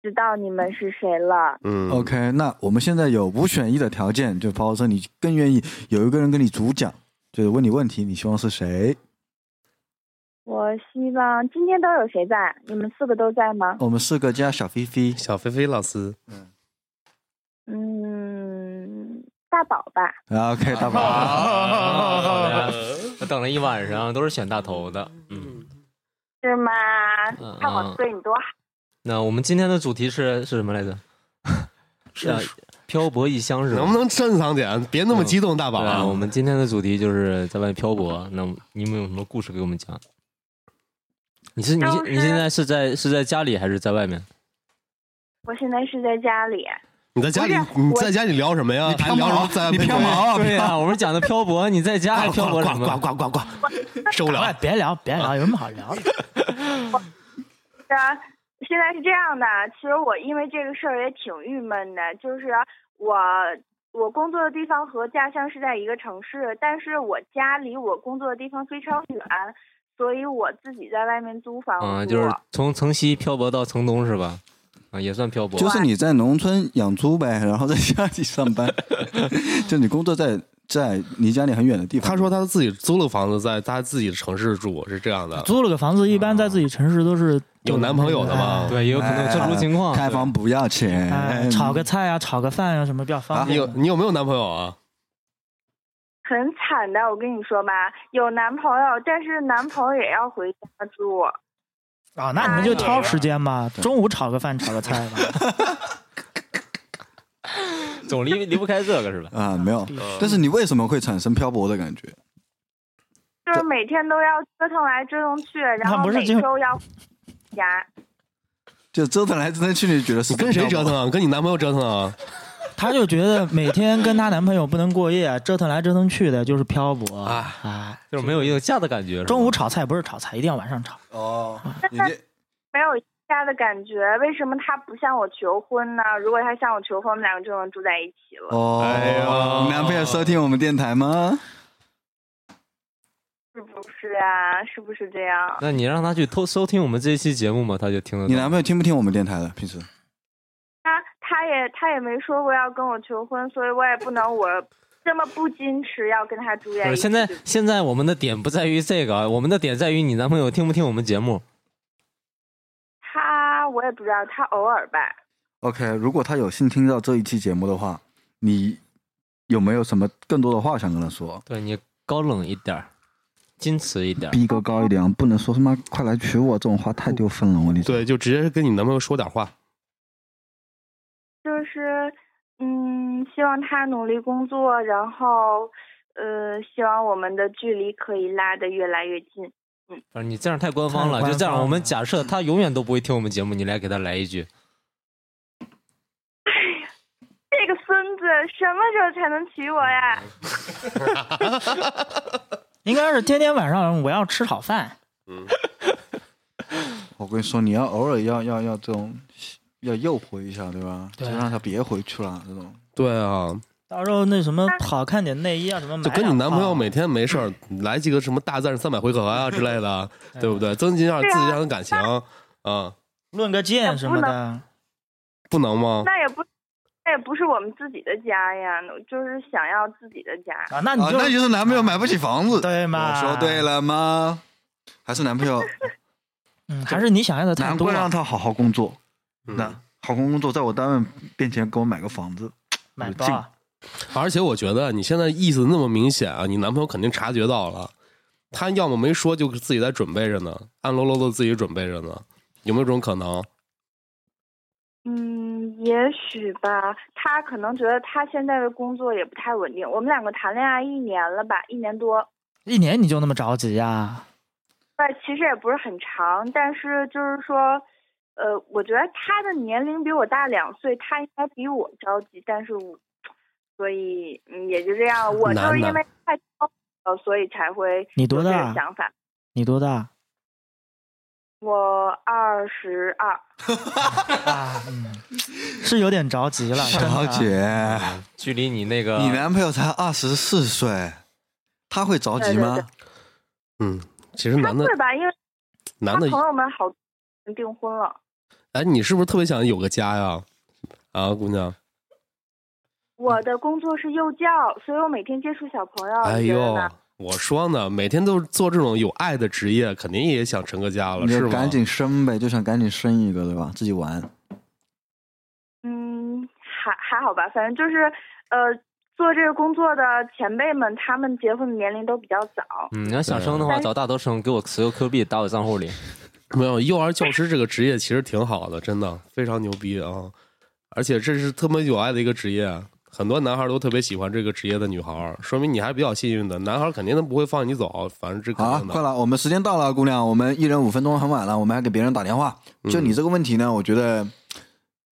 G: 知道你们是谁了。
A: 嗯，OK，那我们现在有五选一的条件，就包括说你更愿意有一个人跟你主讲，就是问你问题，你希望是谁？
G: 我希望今天都有谁在？你们四个都在吗？
A: 我们四个加小菲菲，
D: 小菲菲老师，
G: 嗯，大宝吧。
A: 啊，OK，大宝，
B: 好的我等了一晚上，都是选大头的。嗯，
G: 是吗
B: 嗯？
G: 看我对你多好。
B: 那我们今天的主题是是什么 来着？是啊漂泊异乡是吧？
D: 能不能正常点？别那么激动，大宝
B: 对
D: 啊。
B: 啊，我们今天的主题就是在外漂泊。那你们有什么故事给我们讲？你是你现你现在是在是在家里还是在外面？
G: 我现在是在家 里。
D: 你在家里
G: 不是
D: 你在家里聊什么呀？还聊什么在？
B: 对呀，我们讲的漂泊，你在家还漂泊什么？
D: 呱呱呱，受不了！
C: 哎
D: 嗯
C: 别聊，别聊，有什么好聊的？
G: 是啊，现在是这样的，其实我因为这个事儿也挺郁闷的，就是我我工作的地方和家乡是在一个城市，但是我家离我工作的地方非常远，所以我自己在外面租房住。
B: 啊，就是从城西漂泊到城东是吧？啊，也算漂泊。
A: 就是你在农村养猪呗，然后在家里上 班，就你工作在在离家里很远的地方。
D: 他说他自己租了房子，在他自己的城市住，是这样的。
C: 租了个房子，一般在自己城市都是
D: 有男朋友的吗？
B: 对，也有可能
A: 哎
B: 特殊情况。
A: 开房不要钱，嗯
C: 哎炒个菜呀、炒个饭呀、啊什么比较方
D: 啊你
C: 便。
D: 有你有没有男朋友啊？
G: 很惨的，我跟你说吧，有男朋友，但是男朋友也要回家住。
C: 啊，那你们就挑时间吧，中午炒个饭，炒个菜吧。
B: 总离离不开这个是吧？
A: 啊，没有。但是你为什么会产生漂泊的感觉？
G: 就是每天都要折腾来折腾去，然
A: 那
G: 后
A: 不是
G: 每
A: 就
G: 周要回家。
A: 就折腾来折腾去，你觉得是
D: 跟谁折腾啊？跟你男朋友折腾啊？
C: 她就觉得每天跟她男朋友不能过夜，折腾来折腾去的，就是漂泊啊啊！
B: 就是没有一个家的感觉。
C: 中午炒菜不是炒菜，一定要晚上炒。
A: 哦，
G: 没有家的感觉，为什么他不向我求婚呢？如果他向我求婚，我们两个就能住在一起了。
A: 哦，
B: 哎
A: 你男朋友收听我们电台吗？
G: 是不是啊？是不是这样？
B: 那你让他去偷收听我们这一期节目嘛，他就听得到。
A: 你男朋友听不听我们电台的？平时
G: 他他也他也没说过要跟我求婚，所以我也不能我这么不矜持要跟他住在
B: 不是
G: 一起。
B: 现在现在我们的点不在于这个啊，我们的点在于你男朋友听不听我们节目。
G: 他我也不知道，他偶尔吧。
A: ，OK，如果他有幸听到这一期节目的话，你有没有什么更多的话想跟他说？
B: 对你高冷一点儿，矜持一点儿。
A: 逼格高一点，不能说他妈快来娶我这种话太丢分了，我跟你说。
D: 对，就直接跟你男朋友说点话。
G: 就是嗯，希望他努力工作，然后呃，希望我们的距离可以拉得越来越近。
B: 不是你这样太官方了，
G: 太官方
B: 就这样。我们假设他永远都不会听我们节目，你来给他来一句，
G: 这个孙子什么时候才能娶我呀？
C: 应该是天天晚上我要吃好饭，
A: 我跟你说，你要偶尔要要要这种，要诱惑一下，对吧？就让他别回去了，这种。
D: 对啊，
C: 到时候那什么好看点内衣啊什么买
D: 就
C: 两套。
D: 跟你男朋友每天没事儿来几个什么大战三百回合啊之类 的，对不对？增进一下自己上的感情啊，
C: 论个剑什么
G: 不
C: 的
G: 能，
D: 不能吗？
G: 那也不，那也不是我们自己的家呀，就是想要自己的家。
C: 啊
A: 那那就是男朋友买不起房子，
C: 对吗？
A: 我说对了吗？还是男朋友，
C: 嗯还是你想要的太
A: 难
C: 多
A: 怪
C: 了
A: 让。他好好工作，那好好工作，在我单位面前给我买个房子，
C: 买
A: 多少？
D: 而且我觉得你现在意思那么明显啊，你男朋友肯定察觉到了，他要么没说，就自己在准备着呢，暗喽喽的自己准备着呢，有没有这种可能？
G: 嗯，也许吧，他可能觉得他现在的工作也不太稳定。我们两个谈恋爱一年了吧，一年多，
C: 一年你就那么着急呀、啊
G: 对，呃其实也不是很长，但是就是说，呃，我觉得他的年龄比我大两岁，他应该比我着急，但是我，所以嗯，也就这样。我就
C: 难
G: 是因
C: 呐
G: 为太焦呃，所以才会
C: 你多
G: 有这
C: 大
G: 个想法。
C: 你多大？
G: 我二十二，
C: 是有点着急了，真的
A: 小姐，
B: 距离你那个
A: 你男朋友才二十四岁，他会着急吗？
D: 嗯，其实男的
G: 对吧？因为
D: 男
G: 他
D: 的
G: 朋友们好多人订婚了，
D: 哎，你是不是特别想有个家呀？啊，姑娘，
G: 我的工作是幼教，所以我每天接触小朋友。
D: 哎
G: 你觉得
D: 呦
G: 呢，
D: 我说呢，每天都是做这种有爱的职业，肯定也想成个家了，
A: 你
D: 是
A: 就
D: 吗？
A: 赶紧生呗，就想赶紧生一个，对吧？自己玩。
G: 嗯，还还好吧，反正就是，呃，做这个工作的前辈们，他们结婚的年龄都比较早。
B: 嗯，你要想生的话，
G: 但是
B: 找大头生，给我持个 Q 币打我账户里。
D: 没有，幼儿教师这个职业其实挺好的，真的非常牛逼啊！而且这是特别有爱的一个职业，很多男孩都特别喜欢这个职业的女孩儿，说明你还比较幸运的。男孩儿肯定都不会放你走，反正这可
A: 好啊，
D: 能的。
A: 快了，我们时间到了，姑娘，我们一人五分钟，很晚了，我们还给别人打电话。
D: 嗯
A: 就你这个问题呢，我觉得，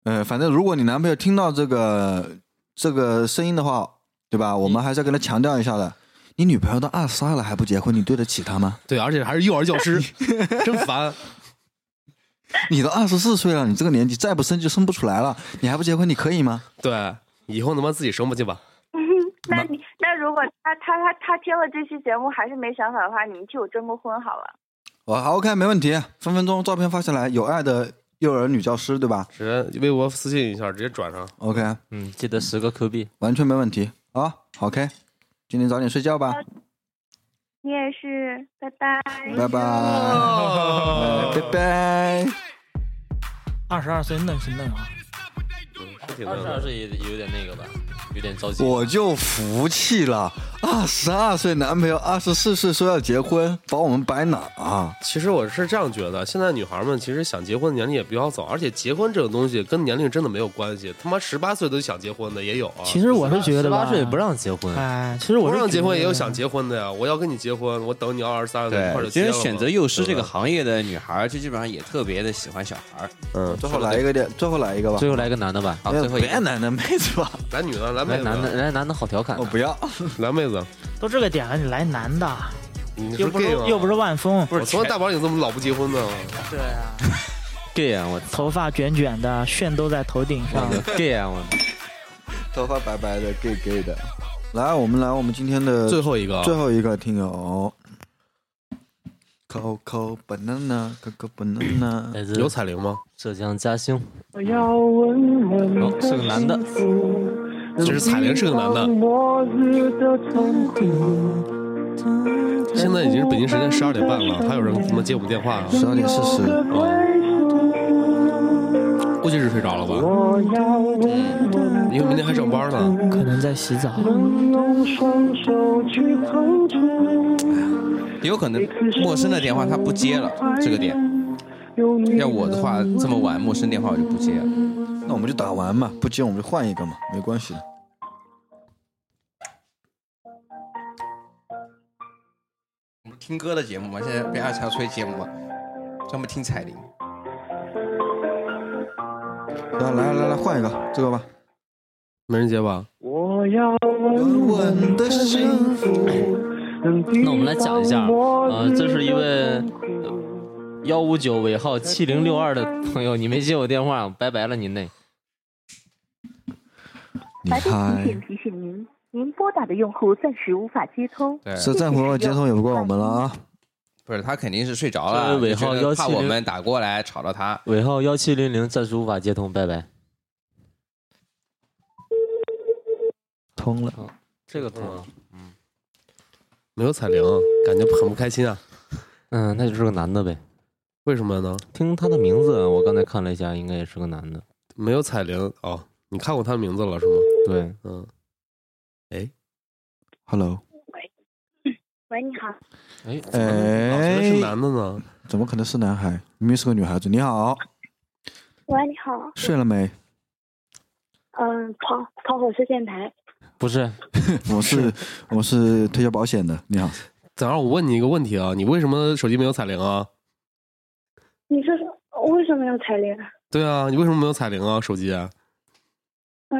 A: 呃，反正如果你男朋友听到这个这个声音的话，对吧？我们还是要跟他强调一下的。你女朋友都二十二了还不结婚，你对得起她吗？
D: 对，而且还是幼儿教师， 真烦。
A: 你都二十四岁了，你这个年纪再不生就生不出来了，你还不结婚，你可以吗？
D: 对，以后他妈自己生吧去吧。
G: 那你那如果他他他他听了这期节目还是没想法的话，你们替我征个婚好了。
A: 我好 OK，没问题，分分钟照片发下来，有爱的幼儿女教师，对吧？
D: 直接微博私信一下，直接转上。
A: OK，
B: 嗯，记得十个 Q 币，
A: 完全没问题啊。OK，今天早点睡觉吧，
G: 你也是，拜拜。
A: 拜拜，拜拜。
C: 二十二岁嫩是嫩啊，
B: 二十二岁也有点那个吧，有点着急。
A: 我就服气了，二十二岁男朋友，二十四岁说要结婚，把我们摆哪啊？
D: 其实我是这样觉得，现在女孩们其实想结婚的年龄也比较早，而且结婚这种东西跟年龄真的没有关系，他妈十八岁都想结婚的也
B: 哦
D: 有啊。
C: 其实我是觉得吧
D: 18岁不让结婚
C: 哎，其实我
D: 不
C: 是
D: 让结婚
C: 觉
D: 也有
C: 得
D: 想结婚的呀，我要跟你结婚，我等你要二十三岁一块儿
E: 对，
D: 就
E: 其
D: 结了
E: 实
D: 嘛。
E: 选择幼师这个行业的女孩儿，就基本上也特别的喜欢小孩儿。
D: 嗯，
A: 最后来一个点，最后来一个吧。
E: 最后
B: 来个男的吧，
E: 好，最后一
A: 别
E: 个。
A: 男的妹子吧，
D: 来女的，来妹
B: 来
D: 子，哦
B: 男的，来男的好调侃。
A: 我不要，
D: 来妹子，
C: 都这个点了，你来男的，
D: 你
C: 又
D: 是
C: 不是
D: gay 吗？
C: 又不是万丰，
D: 我从小大宝你怎么老不结婚呢？
C: 对啊，
B: gay 啊，我
C: 头发卷卷的，炫都在头顶上。
B: gay 啊，我
A: 头发白白的，gay gay 的。来，我们来我们今天的
D: 最后一个啊
A: 最后一个听友，Coco banana，Coco banana，
B: 来自
D: 有彩铃吗？
B: 哎浙江嘉兴，
H: 我要温暖你
B: 哦，是个男的，
G: 嗯
D: 这是彩铃是个男的，
H: 末日的痛苦。
D: 现在已经是北京时间十二点半了，还有人他妈接我们电话啊？
G: 嗯
A: 十二点四十。
D: 估计是睡着了吧？
H: 我要温暖
D: 因为明天还上班呢。
C: 可能在洗澡。
H: 能用双手去碰触。
E: 也有可能陌生的电话他不接了，这个点。要我的话，这么晚陌生电话我就不接了。
A: 那我们就打完嘛，不接我们就换一个嘛，没关系的。
E: 我们听歌的节目嘛，现在被二强吹节目嘛，专门听彩铃。
A: 来来来来，换一个，这个吧。
D: 没人接吧？
H: 我要稳稳的幸福。
B: 那我们来讲一下，呃，这是一位幺五九尾号七零六二的朋友，你没接我电话，拜拜了您嘞。
A: 你
L: 白
A: 嗨
L: 电提醒提醒您，您拨打的用户暂时无法接通。
E: 对
A: 是战火接通也不怪我们了啊。
E: 不是，他肯定是睡着
B: 这
E: 了，
B: 位尾号
E: 就觉得怕
B: 170
E: 我们打过来吵到他。
B: 尾号幺七零零暂时无法接通，拜拜。
C: 通了，
B: 哦这个通了。
D: 嗯没有彩铃，啊感觉很不开心啊。
B: 嗯，那就是个男的呗。
D: 为什么呢？
B: 听他的名字，我刚才看了一下，应该也是个男的。
D: 没有彩铃哦，你看过他名字了是吗？
B: 对，
D: 嗯。哎
A: Hello，
G: 喂，你好，
B: 哎，
D: 怎么老觉得是男的呢？
A: 怎么可能是男孩？明明是个女孩子。你好，
G: 喂，你好，
A: 睡了没？
G: 嗯，跑跑火车电台，
B: 不是，
A: 我是我是推销保险的。你好，
D: 早上我问你一个问题啊，你为什么手机没有彩铃啊？
G: 你是为什么要彩铃？
D: 对啊，你为什么没有彩铃啊？手机？
G: 嗯，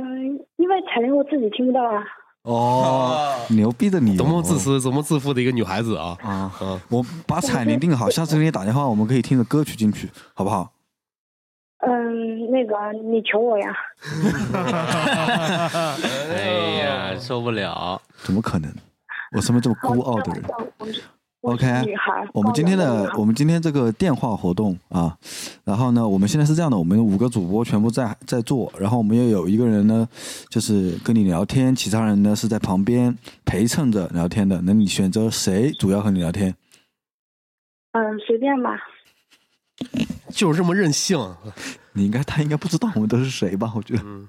G: 因为彩铃我自己听不到啊。
A: 哦，牛逼的你哦，
D: 啊多么自私、多么自负的一个女孩子啊！
A: 啊！
D: 啊，
A: 我把彩铃定好，下次给你打电话，我们可以听着歌曲进去，好不好？
G: 嗯，那个你求我 呀。
B: 哎呀，受不了。
A: 怎么可能？我身边这么孤傲的人。
G: 我
A: OK，
G: 是女孩
A: 我们今天
G: 高冷
A: 的
G: 女孩
A: 我们今天这个电话活动啊，然后呢，我们现在是这样的，我们五个主播全部在在做，然后我们又有一个人呢，就是跟你聊天，其他人呢是在旁边陪衬着聊天的。那你选择谁主要和你聊天？
G: 嗯，随便 吧。
D: 就是这么任性。
A: 你应该他应该不知道我们都是谁吧？我觉得
D: 嗯，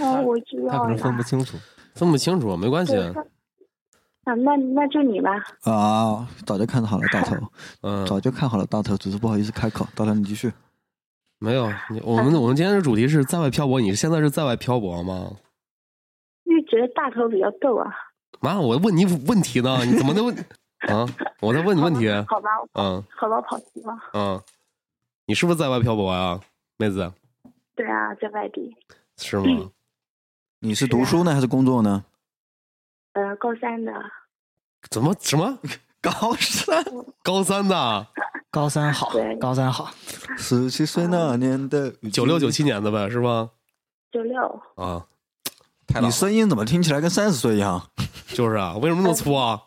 G: 嗯，我知
B: 他
G: 道
B: 可能
G: 了。
B: 分不清楚。
D: 分不清楚，没关系。
G: 啊，那那就你吧。
A: 啊，早就看好了大头，
D: 嗯，
A: 早就看好了大头，只是不好意思开口。大头，你继续。
D: 没有，你我们我们今天的主题是在外漂泊，你现在是在外漂泊吗？
G: 就觉得大头比较逗啊。
D: 妈，我问你问题呢，你怎么 能问啊？我在问你问题。
G: 好吧，
B: 哦
D: 嗯
G: 好吧，跑题了。
D: 嗯，你是不是在外漂泊呀，妹子？
G: 对啊，在外地。
D: 是吗？
A: 你是读书呢还是工作呢？
G: 呃，高 三的。
D: 怎么什么
A: 高三？
D: 高三的？啊
C: 高三好，高三好，
A: 十七岁那年的
D: 九六九七年的呗，是吧？
G: 九六，
D: 啊，
A: 你声音怎么听起来跟三十岁一样？
D: 就是啊，为什么那么粗啊？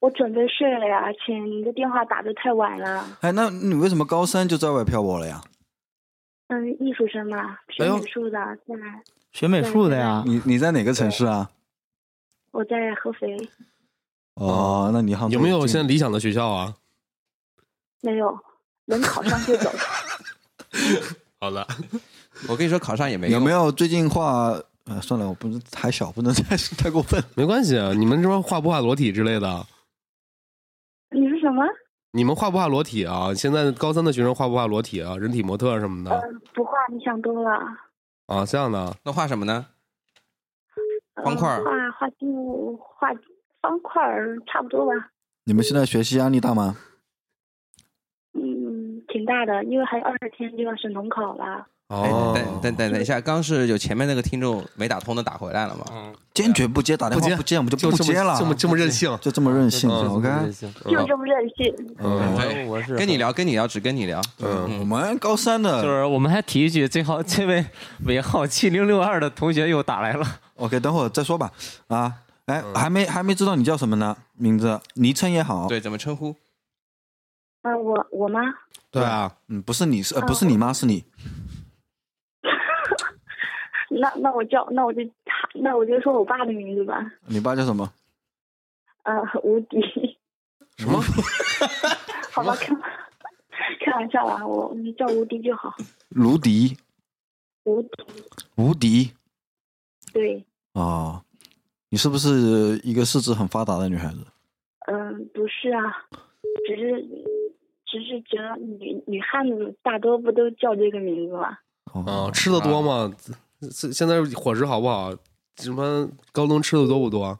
G: 我准备睡了呀，亲，你的电话打的太晚了。
A: 哎，那你为什么高三就在外漂泊了呀？
G: 嗯，艺术生嘛，
B: 哎
G: 学美术的，在
A: 学
G: 美术的
A: 呀。你你在哪个城市啊？
G: 我在合肥，
A: 哦，那你杭州
D: 啊有没有现在理想的学校啊？
G: 没有，能考上就走。
D: 好的，
E: 我跟你说，考上也没
A: 有没有最近画？呃，算了，我不是还小，不能太 太过分。
D: 没关系啊，你们这边画不画裸体之类的？
G: 你是什么？
D: 你们画不画裸体啊？现在高三的学生画不画裸体啊？人体模特什么的
G: 呃不画，你想多了。
D: 啊？这样的？
E: 那画什么呢？
G: 方块、呃画画进画方块儿差不多吧。
A: 你们现在学习压力大吗？
G: 嗯，挺大的，因为还有二十天就要省统考了。
E: 哦，等等等等一下，刚是有前面那个听众没打通的打回来了嘛？
D: 嗯
A: 坚决不接打电话，不接我们就不接了，
E: 就这么这么任性，
A: 就这么任性。
E: 嗯
A: OK，哎
G: 就这么任性。
E: 嗯，我是跟你聊，跟你聊，只跟你聊。
A: 嗯，我们高三的
J: 就是我们还提一句，这号 这位尾号七零六二的同学又打来了。
A: OK，等会儿再说吧。啊，哎，
E: 嗯
A: 还没还没知道你叫什么呢？名字、昵称也好。
E: 对，怎么称呼？
G: 呃，我我妈，
A: 对啊，嗯，不是你是呃不是你妈是你。
G: 那那我叫那我就那我就说我爸的名字吧。
A: 你爸叫什么？
G: 呃，无敌。什
A: 么？
G: 好吧，开开玩笑啊，我你叫无敌就好。
A: 卢迪，
G: 无敌，
A: 无敌
G: 对，
A: 哦，你是不是一个四肢很发达的女孩子？
G: 嗯、不是啊，只是只是觉得女女汉子大多不都叫这个名字吗？
A: 哦
D: 啊，吃的多吗？现现在伙食好不好？什么高中吃的多不多？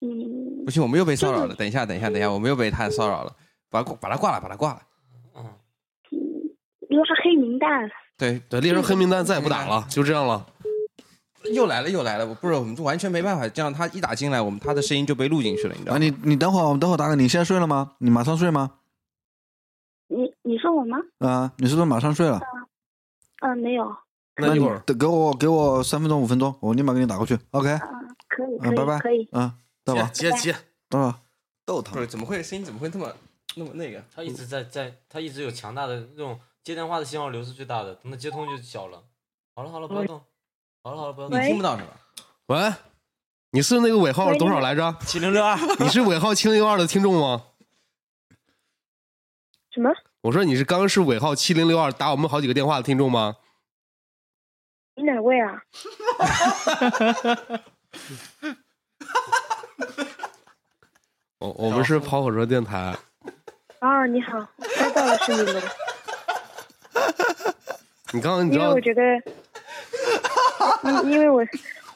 G: 嗯，
E: 不行，我们又被骚扰了。等一下，等一下，等一下，我们又被他骚扰了。把把他挂了，把他挂了。
G: 拉黑名单。
E: 对
D: 对，列入黑名单，再也不打了，就这样了。
E: 又来了，又来了，我不是，我们完全没办法。这样他一打进来，我们他的声音就被录进去了，你知道
A: 啊，
E: 吗？
A: 你你等会儿，我们等会儿打给你。你现在睡了吗？你马上睡吗？
G: 你你说我吗？
A: 啊，你是不是马上睡了？
G: 嗯、没有，
A: 那你等给我给我三分钟五分钟，我立马给你打过去。OK，
G: 可以，可
A: 嗯，
G: 以，
A: 拜拜，
G: 可以。
A: 嗯，到吧，
E: 接接接，
A: 到吧，逗他。
E: 不是，怎么会声音怎么会那么那么那个？
B: 他一直在在，他一直有强大的那种接电话的信号流是最大的，等他接通就小了。好了好了，不要动。好了好了，不要动。
E: 你听不到是吧？
D: 喂，你是那个尾号多少来着？
E: 七零六二。
D: 你是尾号七零六二的听众吗？
G: 什么？
D: 我说你是刚刚是尾号七零六二打我们好几个电话的听众吗？
G: 你哪位 啊？
D: 我我们是跑火车电台。
G: 哦，你好，猜到了是 你们，
D: 你刚刚你
G: 因
D: 知
G: 为
D: 道
G: 我 觉得，因因为我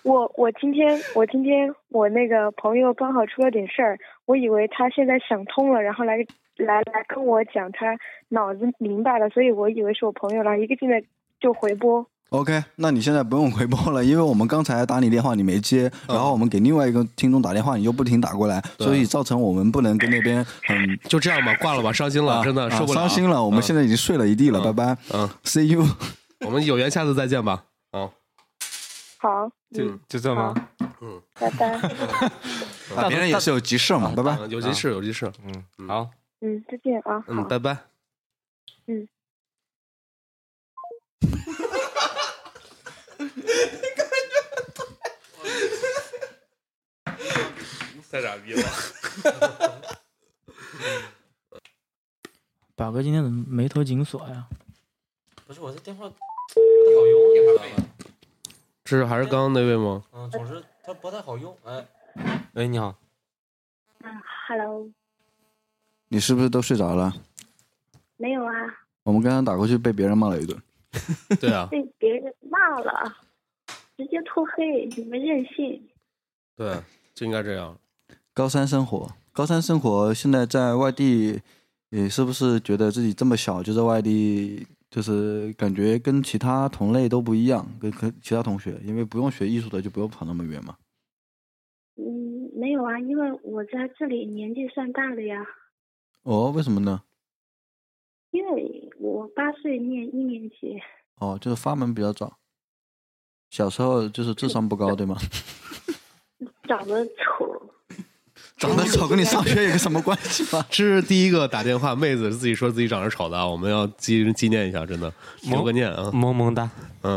G: 我我今天我今天我那个朋友刚好出了点事儿，我以为他现在想通了，然后来来来跟我讲他脑子明白了，所以我以为是我朋友，然后一个劲的就回拨。
A: OK，那你现在不用回拨了，因为我们刚才打你电话你没接，然后我们给另外一个听众打电话你就不停打过来，
D: 嗯对
A: 所以造成我们不能跟那边很
D: 就这样 吧，挂了吧，伤心了，真的
A: 啊
D: 受不了，
A: 伤心了。我们现在已经睡了一地了，拜拜。
D: 嗯
A: ，See you。
D: 我们有缘下次再见吧。啊，
G: 好，
B: 就就这么，
D: 嗯，
G: 拜 拜，
A: 啊别人也是有急事嘛，啊拜拜。
D: 有急事，有急事。
B: 嗯，好，
G: 嗯，再见啊，好，
D: 嗯，拜拜。
G: 嗯。
D: 太傻逼了！
C: 宝哥今天怎么眉头紧锁呀？
B: 不是我这电话，
D: 这是还是刚刚那位吗？
B: 嗯，总是它不太好用。哎，喂，你好，
G: 嗯，Hello，
A: 你是不是都睡着了？
G: 没有啊，
A: 我们刚刚打过去被别人骂了一顿。
D: 对啊，
G: 被别人骂了，直接脱黑，你们任性。
D: 对，就应该这样。
A: 高三生活，高三生活现在在外地，你是不是觉得自己这么小就在外地，就是感觉跟其他同类都不一样，跟跟其他同学，因为不用学艺术的就不用跑那么远嘛。
G: 嗯，没有啊，因为我在这里年纪算大的呀，
A: 哦，为什么呢？
G: 因为我八岁念一年级，
A: 哦，就是发门比较早。小时候就是智 商不高，对吗？
G: 长得丑，
A: 长得丑跟你上学有个什么关系 吗？
D: 这是第一个打电话妹子自己说自己长得丑的啊，我们要纪纪念一下，真的留个念啊，
B: 萌萌哒，
D: 嗯，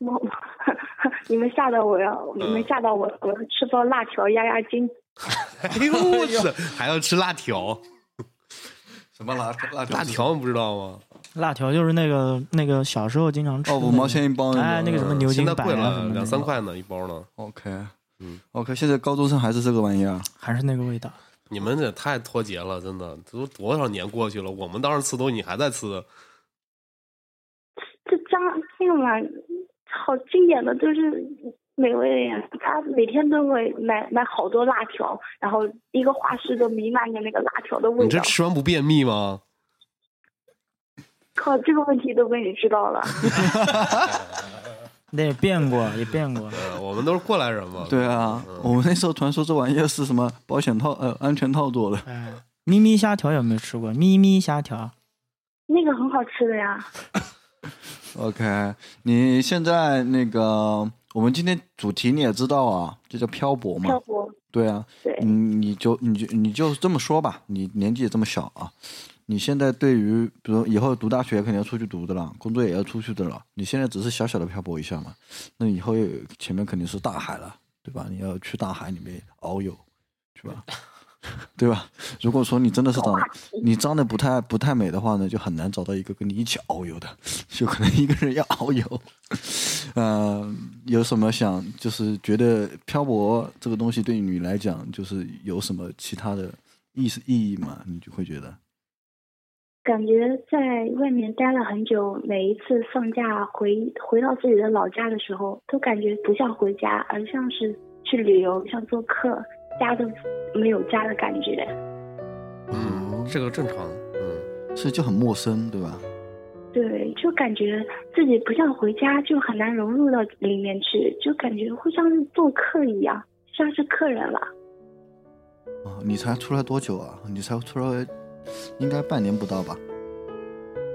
G: 我 你们吓到我呀！你们吓到我，我要吃包辣条压压惊。
D: 哎呦我去， 还要吃辣条，
A: 什么辣辣
D: 条？辣条你不知道吗？
C: 辣条就是那个那个小时候经
A: 哦
C: 常吃
D: 哦
C: 的那
D: 啊
C: 个、哎，那个
A: 呃
C: 什么牛
D: 现
C: 筋
D: 在
C: 板
D: 贵
C: 啊什
D: 了，
C: 么
D: 两
C: 的，
D: 三块呢一包呢。
A: OK，嗯，OK，现在高中生还是这个玩意儿，啊
C: 还是那个味道。
D: 你们这太脱节了，真的，都多少年过去了，我们当时吃东西你还在吃，
G: 这家那个嘛，好经典的就是美味呀！他每天都会买买好多辣条，然后一个画室都弥漫着那个辣条的味
D: 你这
G: 道。
D: 吃完不便秘吗？
G: 靠，这个问题都被你知 道了。
C: 那也变过，也变 过。
D: 呃我们都是过来人嘛。嗯
A: 对啊，我们那时候传说这玩意儿是什么保险套呃安全套做的，
C: 哎 咪咪虾条有没有吃过？咪咪虾条，
G: 那个很好吃的呀，
A: OK，你现在那个，我们今天主题你也知道啊，就叫漂泊嘛
G: 漂。泊。
A: 对啊，
G: 对
A: 嗯，你就你就你就这么说吧，你年纪也这么小啊，你现在对于比如以后读大学肯定要出去读的了，工作也要出去的了，你现在只是小小的漂泊一下嘛，那以后也前面肯定是大海了，对吧？你要去大海里面遨游，是吧？ 对吧？如果说你真的是长得你长得不太不太美的话呢，就很难找到一个跟你一起遨游的，就可能一个人要遨游。呃，有什么想就是觉得漂泊这个东西对你来讲，就是有什么其他的意思意义吗？你就会觉得
G: 感觉在外面待了很久，每一次放假回回到自己的老家的时候，都感觉不像回家，而像是去旅游，像做客，家都没有家的感觉。
D: 嗯，这个正常，嗯，
A: 是就很陌生，对吧？
G: 对，就感觉自己不像回家，就很难融入到里面去，就感觉会像是做客一样，像是客人了。
A: 啊，你才出来多久啊？你才出来应该半年不到吧？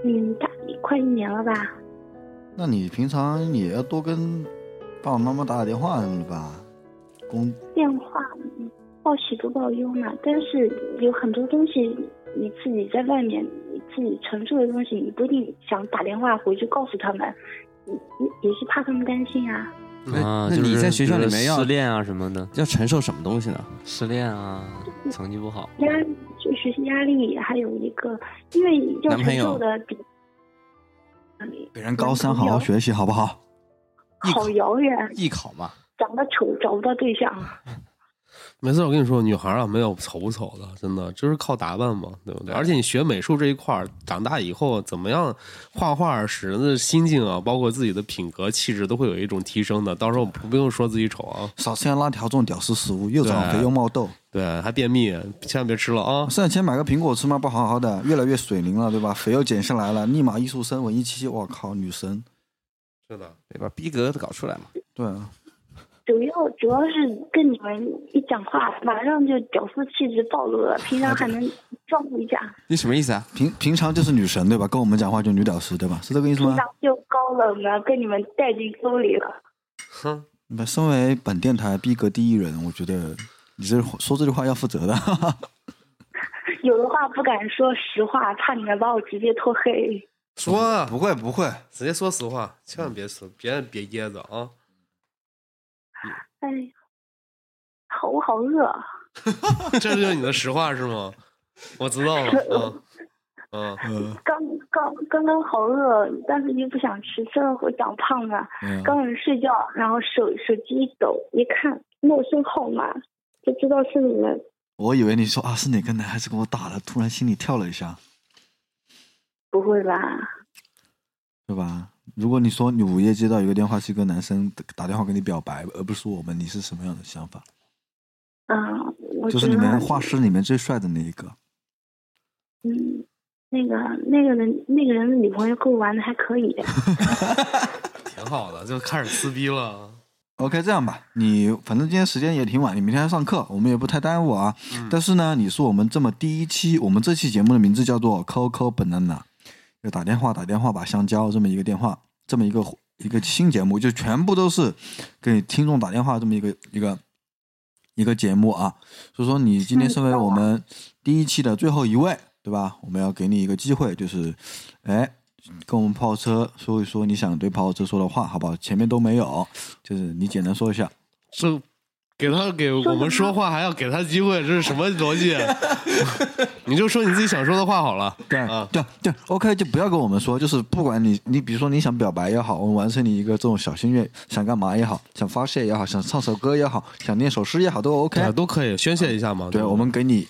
G: 嗯，大快一年了吧？
A: 那你平常也要多跟爸爸妈妈打打电话什么的吧？工
G: 电话嗯报喜不报忧嘛，但是有很多东西你自己在外面你自己承受的东西，你不一定想打电话回去告诉他们，你你也是怕他们担心啊。
E: 啊
B: 就
E: 那你
B: 是
E: 在学校
B: 比如
E: 里面
B: 说
E: 要
B: 失恋啊什么的，
E: 要承受什么东西呢？
B: 失恋啊，成绩不好，
G: 压就学习压力，还有一个因为要
A: 男朋
G: 承
A: 友
G: 受的比
A: 别人高三好好学习好不好？
G: 好遥远，
E: 艺考嘛，
G: 长得丑找不到对象。
D: 没事，我跟你说，女孩啊，没有丑不丑的，真的就是靠打扮嘛，对不对？而且你学美术这一块儿，长大以后怎么样画画，使人的心境啊，包括自己的品格、气质，都会有一种提升的。到时候不用说自己丑啊，
A: 少吃点辣条这种屌丝食物，又长肥又冒痘。
D: 对，还便秘，千万别吃了啊！
A: 上前买个苹果吃吗？不好好的，越来越水灵了，对吧？肥又减下来了，立马艺术生，文艺气息，我靠，女神，
D: 是的，
E: 对吧？逼格都搞出来嘛。
A: 对啊，
G: 主要主要是跟你们一讲话，马上就屌丝气质暴露了，平常还能装一下，
A: 你什么意思啊？平平常就是女神对吧？跟我们讲话就女屌丝对吧？是这个意思
G: 平
A: 吗？
G: 常就高冷了，跟你们带进沟里了。
D: 哼，
A: 那身为本电台逼格第一人，我觉得你这说这句话要负责的。
G: 有的话不敢说实话，怕你们把我直接拖黑。
D: 说啊，
A: 不会不会，
D: 直接说实话，千万别说，别别噎着 啊！
G: 哎，好，我好饿。啊
D: 这就是你的实话是吗？我知道了，啊嗯嗯，
G: 刚刚刚刚好饿，但是又不想吃，吃了会长胖的。
D: 嗯
G: 刚准睡觉，然后手手机一抖，一看陌生号码，就知道是你们。
A: 我以为你说啊是哪个男孩子给我打了，突然心里跳了一下，
G: 不会吧？
A: 对吧？如果你说你午夜接到一个电话是一个男生打电话给你表白，而不是我们，你是什么样的想法？
G: 嗯，我
A: 就
G: 觉
A: 是
G: 得
A: 你们画室里面最帅的那一个。
G: 嗯，那个那个人那个人的女朋友跟我玩的还 可以。
D: 挺好的，就开始撕逼了。啊
A: OK，这样吧，你反正今天时间也挺晚，你明天还上课，我们也不太耽误啊。但是呢，你是我们这么第一期，我们这期节目的名字叫做 “Coco Banana”，就打电话打电话吧，香蕉这么一个电话，这么一个一个新节目，就全部都是给听众打电话这么一个一个一个节目啊。所以说，你今天身为我们第一期的最后一位，对吧？我们要给你一个机会，就是，哎，跟我们泡车说一说你想对泡车说的话，好不好？前面都没有，就是你简单说一下。
D: 这给他给我们说话还要给他机会，这是什么逻辑？啊 你就说你自己想说的话好了。啊
A: 对、对对，OK，就不要跟我们说，就是不管你你比如说你想表白也好，我们完成你一个这种小心愿，想干嘛也好，想发泄也好，想唱首歌也好，想念首诗也好，都 OK，、
D: 啊都可以宣泄一下嘛。
A: 对，我们给你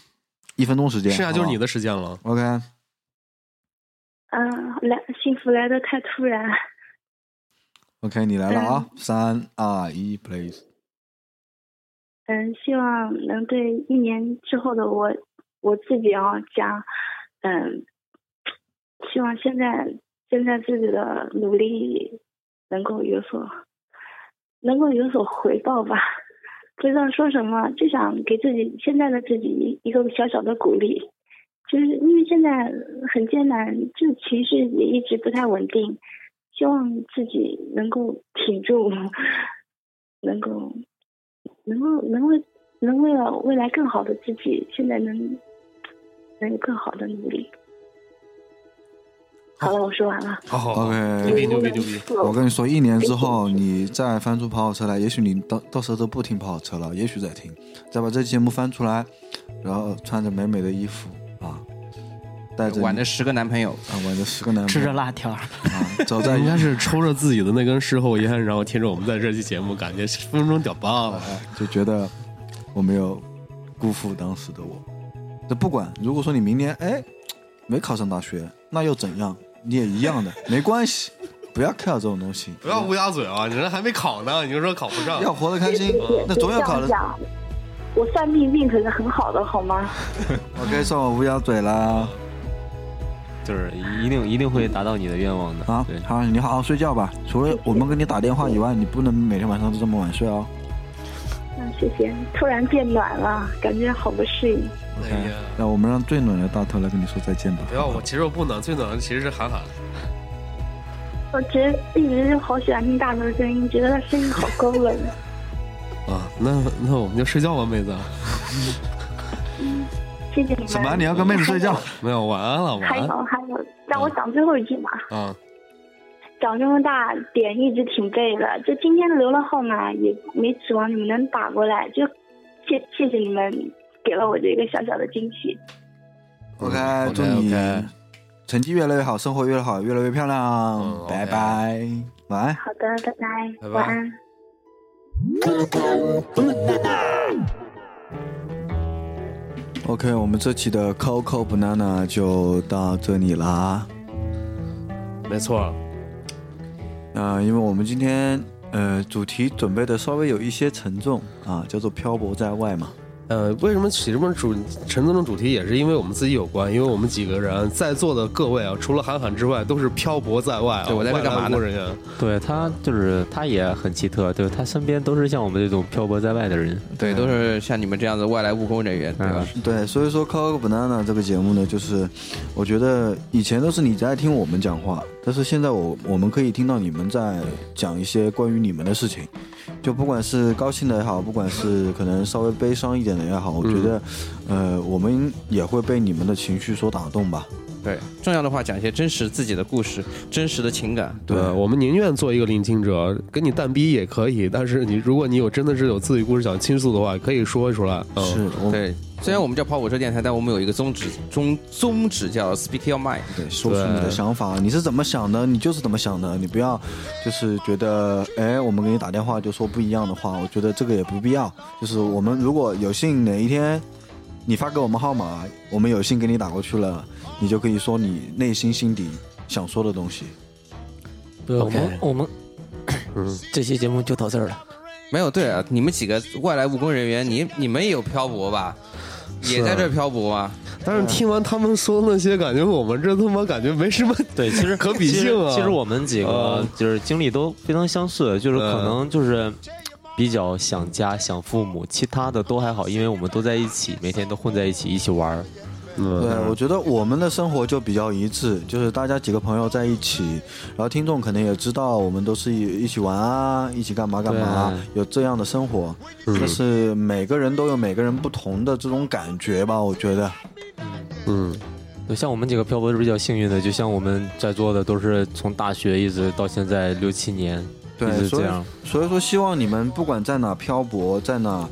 A: 一分钟时间，
D: 剩下就是你的
A: 时
D: 时间了。
A: OK，
G: 嗯，来，幸福来的太突然。
A: OK，你来了啊！三二一，please。
G: 嗯，希望能对一年之后的我我自己啊讲，嗯，希望现在现在自己的努力能够有所能够有所回报吧。不知道说什么，就想给自己现在的自己一个小小的鼓励，就是因为现在很艰难，就情绪也一直不太稳定，希望自己能够挺住， 能够能够能为能为了未来更好的自己，现在能能有更好的努力。好了，我说完了。
D: 好
A: ，OK，
G: 牛逼牛逼牛逼
A: 哎我跟你说，一年之后你再翻出跑跑车来，也许你到到时候都不听跑跑车了，也许在听，再把这期节目翻出来，然后穿着美美的衣服啊，带着
E: 挽着十个男朋友
A: 啊，挽着十个男朋友，
C: 吃着辣条，
A: 走在
D: 应该是抽着自己的那根事后烟，然后听着我们在这期节目，感觉分分钟屌爆了。
A: 就觉得我没有辜负当时的我。这不管，如果说你明年哎没考上大学，那又怎样？你也一样的，没关系，不要 care 这种东西。
D: 不要乌鸦嘴啊！你这还没考呢，你就说考不上，
A: 要活得开心
D: 嗯
A: 那总有考的
G: 这样讲我算命命可是很好的，好吗？
A: 我该算我乌鸦嘴
B: 啊
A: 啦。
B: 就是一定一定会达到你的愿望的
A: 啊！好，你好好睡觉吧。除了我们给你打电话以外，你不能每天晚上都这么晚睡哦。
G: 嗯，谢谢。突然变暖了，感觉好不适应。
D: 哎
A: OK，那我们让最暖的大头来跟你说再见吧。
D: 不要我，其实我不暖，最暖的其实是韩寒。
G: 我觉得一直好喜欢听大头声音，觉得他声音好高冷。
D: 啊，那那我们就睡觉吧，妹子。
G: 谢谢你们。还？
D: 没有，晚安了，
G: 有？
D: 晚
G: 还
D: 安。
G: 有还有，让我讲最后一句嘛。
D: 啊，
G: 长这么大，点一直挺背的。就今天留了号码，也没指望你们能打过来，就谢谢谢你们给了我这个小小的惊喜。
A: OK，祝你成绩越来越好，生活越来越好，越来越漂亮。啊拜拜，晚安。
G: 好的，拜拜，
A: 拜拜
G: 晚安。
D: 嗯
A: OK，我们这期的 Coco Banana 就到这里啦。
D: 没错。
A: 啊，因为我们今天呃主题准备的稍微有一些沉重啊，叫做漂泊在外嘛。
D: 呃，为什么起这么主陈总的主题，也是因为我们自己有关，因为我们几个人在座的各位啊，除了韩寒之外，都是漂泊在外啊。
B: 对我在这干嘛呢
D: 外来务人员，
B: 对他就是他也很奇特，就是他身边都是像我们这种漂泊在外的人，
E: 对，都是像你们这样的外来务工人员，对吧？
A: 对，所以说《Coco Banana》这个节目呢，就是我觉得以前都是你在听我们讲话，但是现在我我们可以听到你们在讲一些关于你们的事情，就不管是高兴的也好，不管是可能稍微悲伤一点的也好，我觉得、呃我们也会被你们的情绪所打动吧。
E: 对，重要的话讲一些真实自己的故事，真实的情感。
D: 对，我们宁愿做一个聆听者，跟你蛋逼也可以，但是你如果你有真的是有自己故事想倾诉的话，可以说出来。嗯、
A: 是，
E: 对。虽然我们叫跑火车电台，但我们有一个宗旨，宗宗旨叫 Speak Your Mind。
A: 对，说出你的想法，你是怎么想的，你就是怎么想的，你不要就是觉得，哎，我们给你打电话就说不一样的话，我觉得这个也不必要。就是我们如果有幸哪一天你发给我们号码，我们有幸给你打过去了，你就可以说你内心心底想说的东西。
M: 对，我们
E: OK
M: 我们
E: 嗯
M: 这期节目就到这儿了。
E: 没有，对啊，你们几个外来务工人员，你你们也有漂泊吧？也在这儿漂泊啊？
D: 但是听完他们说那些，感觉我们这他妈感觉没什么
B: 对，其实
D: 可比性啊。
B: 其实其实我们几个
D: 嗯
B: 就是经历都非常相似，就是
A: 嗯
B: 可能就是比较想家、想父母，其他的都还好，因为我们都在一起，每天都混在一起一起玩儿。
D: 嗯
A: 对，我觉得我们的生活就比较一致，就是大家几个朋友在一起，然后听众可能也知道我们都是一一起玩啊，一起干嘛干嘛，有这样的生活，
D: 嗯
A: 就是每个人都有每个人不同的这种感觉吧，我觉得。
D: 嗯，
B: 对，像我们几个漂泊是比较幸运的，就像我们在座的都是从大学一直到现在六七年，一
A: 对，
B: 直
A: 所
B: 这
A: 以
B: 样。
A: 所以说，希望你们不管在哪漂泊，在哪，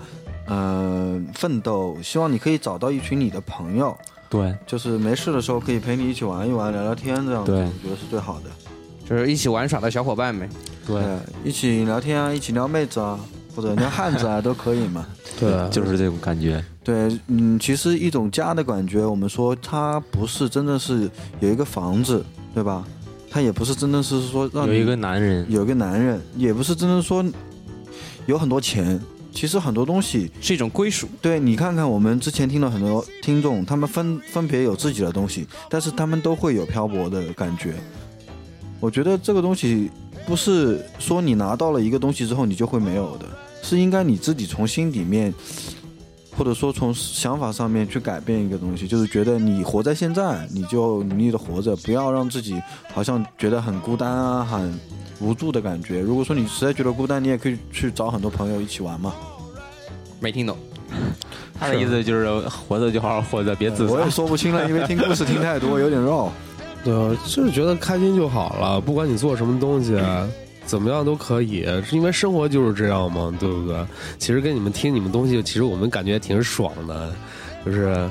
A: 呃，奋斗，希望你可以找到一群你的朋友，
B: 对，
A: 就是没事的时候可以陪你一起玩一玩、聊聊天，这样子，
E: 对
A: 我觉得是最好的。
E: 就是一起玩耍的小伙伴呗。
B: 对，
A: 一起聊天啊，一起撩妹子啊，或者撩汉 子啊，都可以嘛。
B: 对，就是这种感觉。
A: 对，嗯，其实一种家的感觉，我们说它不是真的是有一个房子，对吧？它也不是真的是说让
B: 有
A: 你
B: 一个男人，
A: 有一个男人，也不是真的说有很多钱。其实很多东西
E: 是一种归属。
A: 对你看看，我们之前听到很多听众，他们分分别有自己的东西，但是他们都会有漂泊的感觉。我觉得这个东西不是说你拿到了一个东西之后你就会没有的，是应该你自己从心里面，或者说从想法上面去改变一个东西，就是觉得你活在现在，你就努力的活着，不要让自己好像觉得很孤单啊、很无助的感觉。如果说你实在觉得孤单，你也可以去找很多朋友一起玩嘛。
E: 没听懂。
B: 他的意思就是活着就好好活着，别自杀。
A: 我也说不清了，因为听故事听太多，有点绕。
D: 对啊，就是觉得开心就好了，不管你做什么东西，怎么样都可以，是因为生活就是这样嘛，对不对？其实跟你们听你们东西，其实我们感觉挺爽的，就是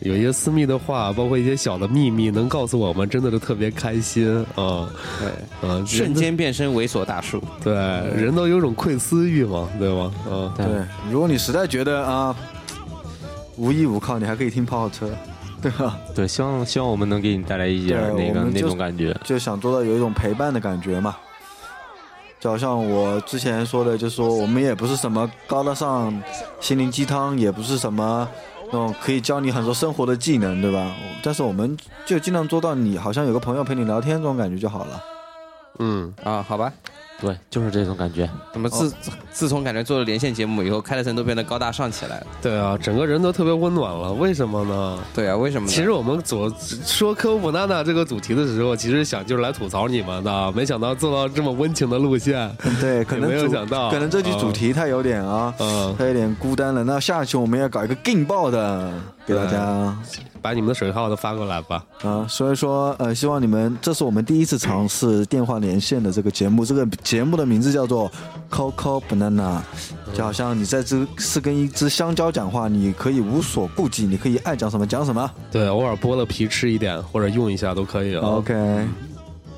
D: 有一些私密的话，包括一些小的秘密，能告诉我们，真的是特别开心啊！对，啊，
E: 瞬间变身猥琐大叔。
D: 对，人都有种窥私欲嘛，对吗？啊，
A: 对，如果你实在觉得啊无依无靠，你还可以听泡泡车，对吧？
B: 对，希望希望我们能给你带来一点
A: 对
B: 那
A: 我
B: 个
A: 们
B: 那
A: 就
B: 种感觉。
A: 就想做到有一种陪伴的感觉嘛。就好像我之前说的，就是说我们也不是什么高大上心灵鸡汤，也不是什么那种可以教你很多生活的技能，对吧？但是我们就尽量做到你好像有个朋友陪你聊天这种感觉就好了。
D: 嗯
E: 啊，好吧。
B: 对，就是这种感觉。
E: 怎
A: 哦
E: 么自、自从感觉做了连线节目以后，开的森都变得高大上起来了？
D: 对啊，整个人都特别温暖了，为什么呢？
E: 对啊，为什么呢
D: 其实我们所说科普娜娜这个主题的时候，其实想就是来吐槽你们的，没想到做到这么温情的路线。
A: 对，可能
D: 没有
A: 主
D: 想到
A: 可能这期主题它有点啊，它有点孤单了。那下期我们要搞一个劲爆的给大家。
D: 把你们的手机号都发过来吧。
A: 啊，所以说，呃，希望你们，这是我们第一次尝试电话连线的这个节目，这个节目的名字叫做 Coco Banana，就好像你在这是跟一只香蕉讲话，你可以无所顾忌，你可以爱讲什么讲什么。
D: 对，偶尔剥了皮吃一点，或者用一下都可以啊。
A: OK，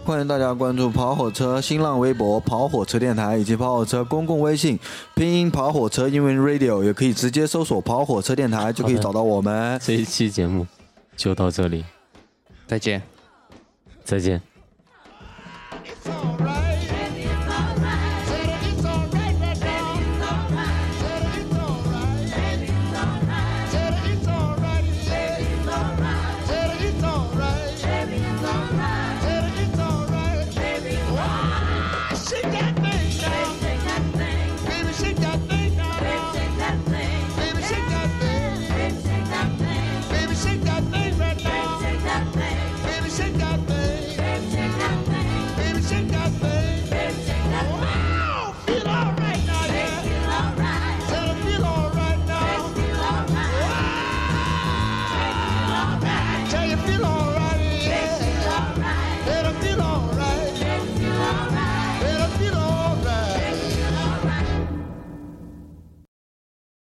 A: 欢迎大家关注跑火车新浪微博、跑火车电台以及跑火车公共微信，拼音跑火车英文 Radio，也可以直接搜索跑火车电台就可以找到我们。
B: 这一期节目就到这里，
E: 再见，
B: 再见。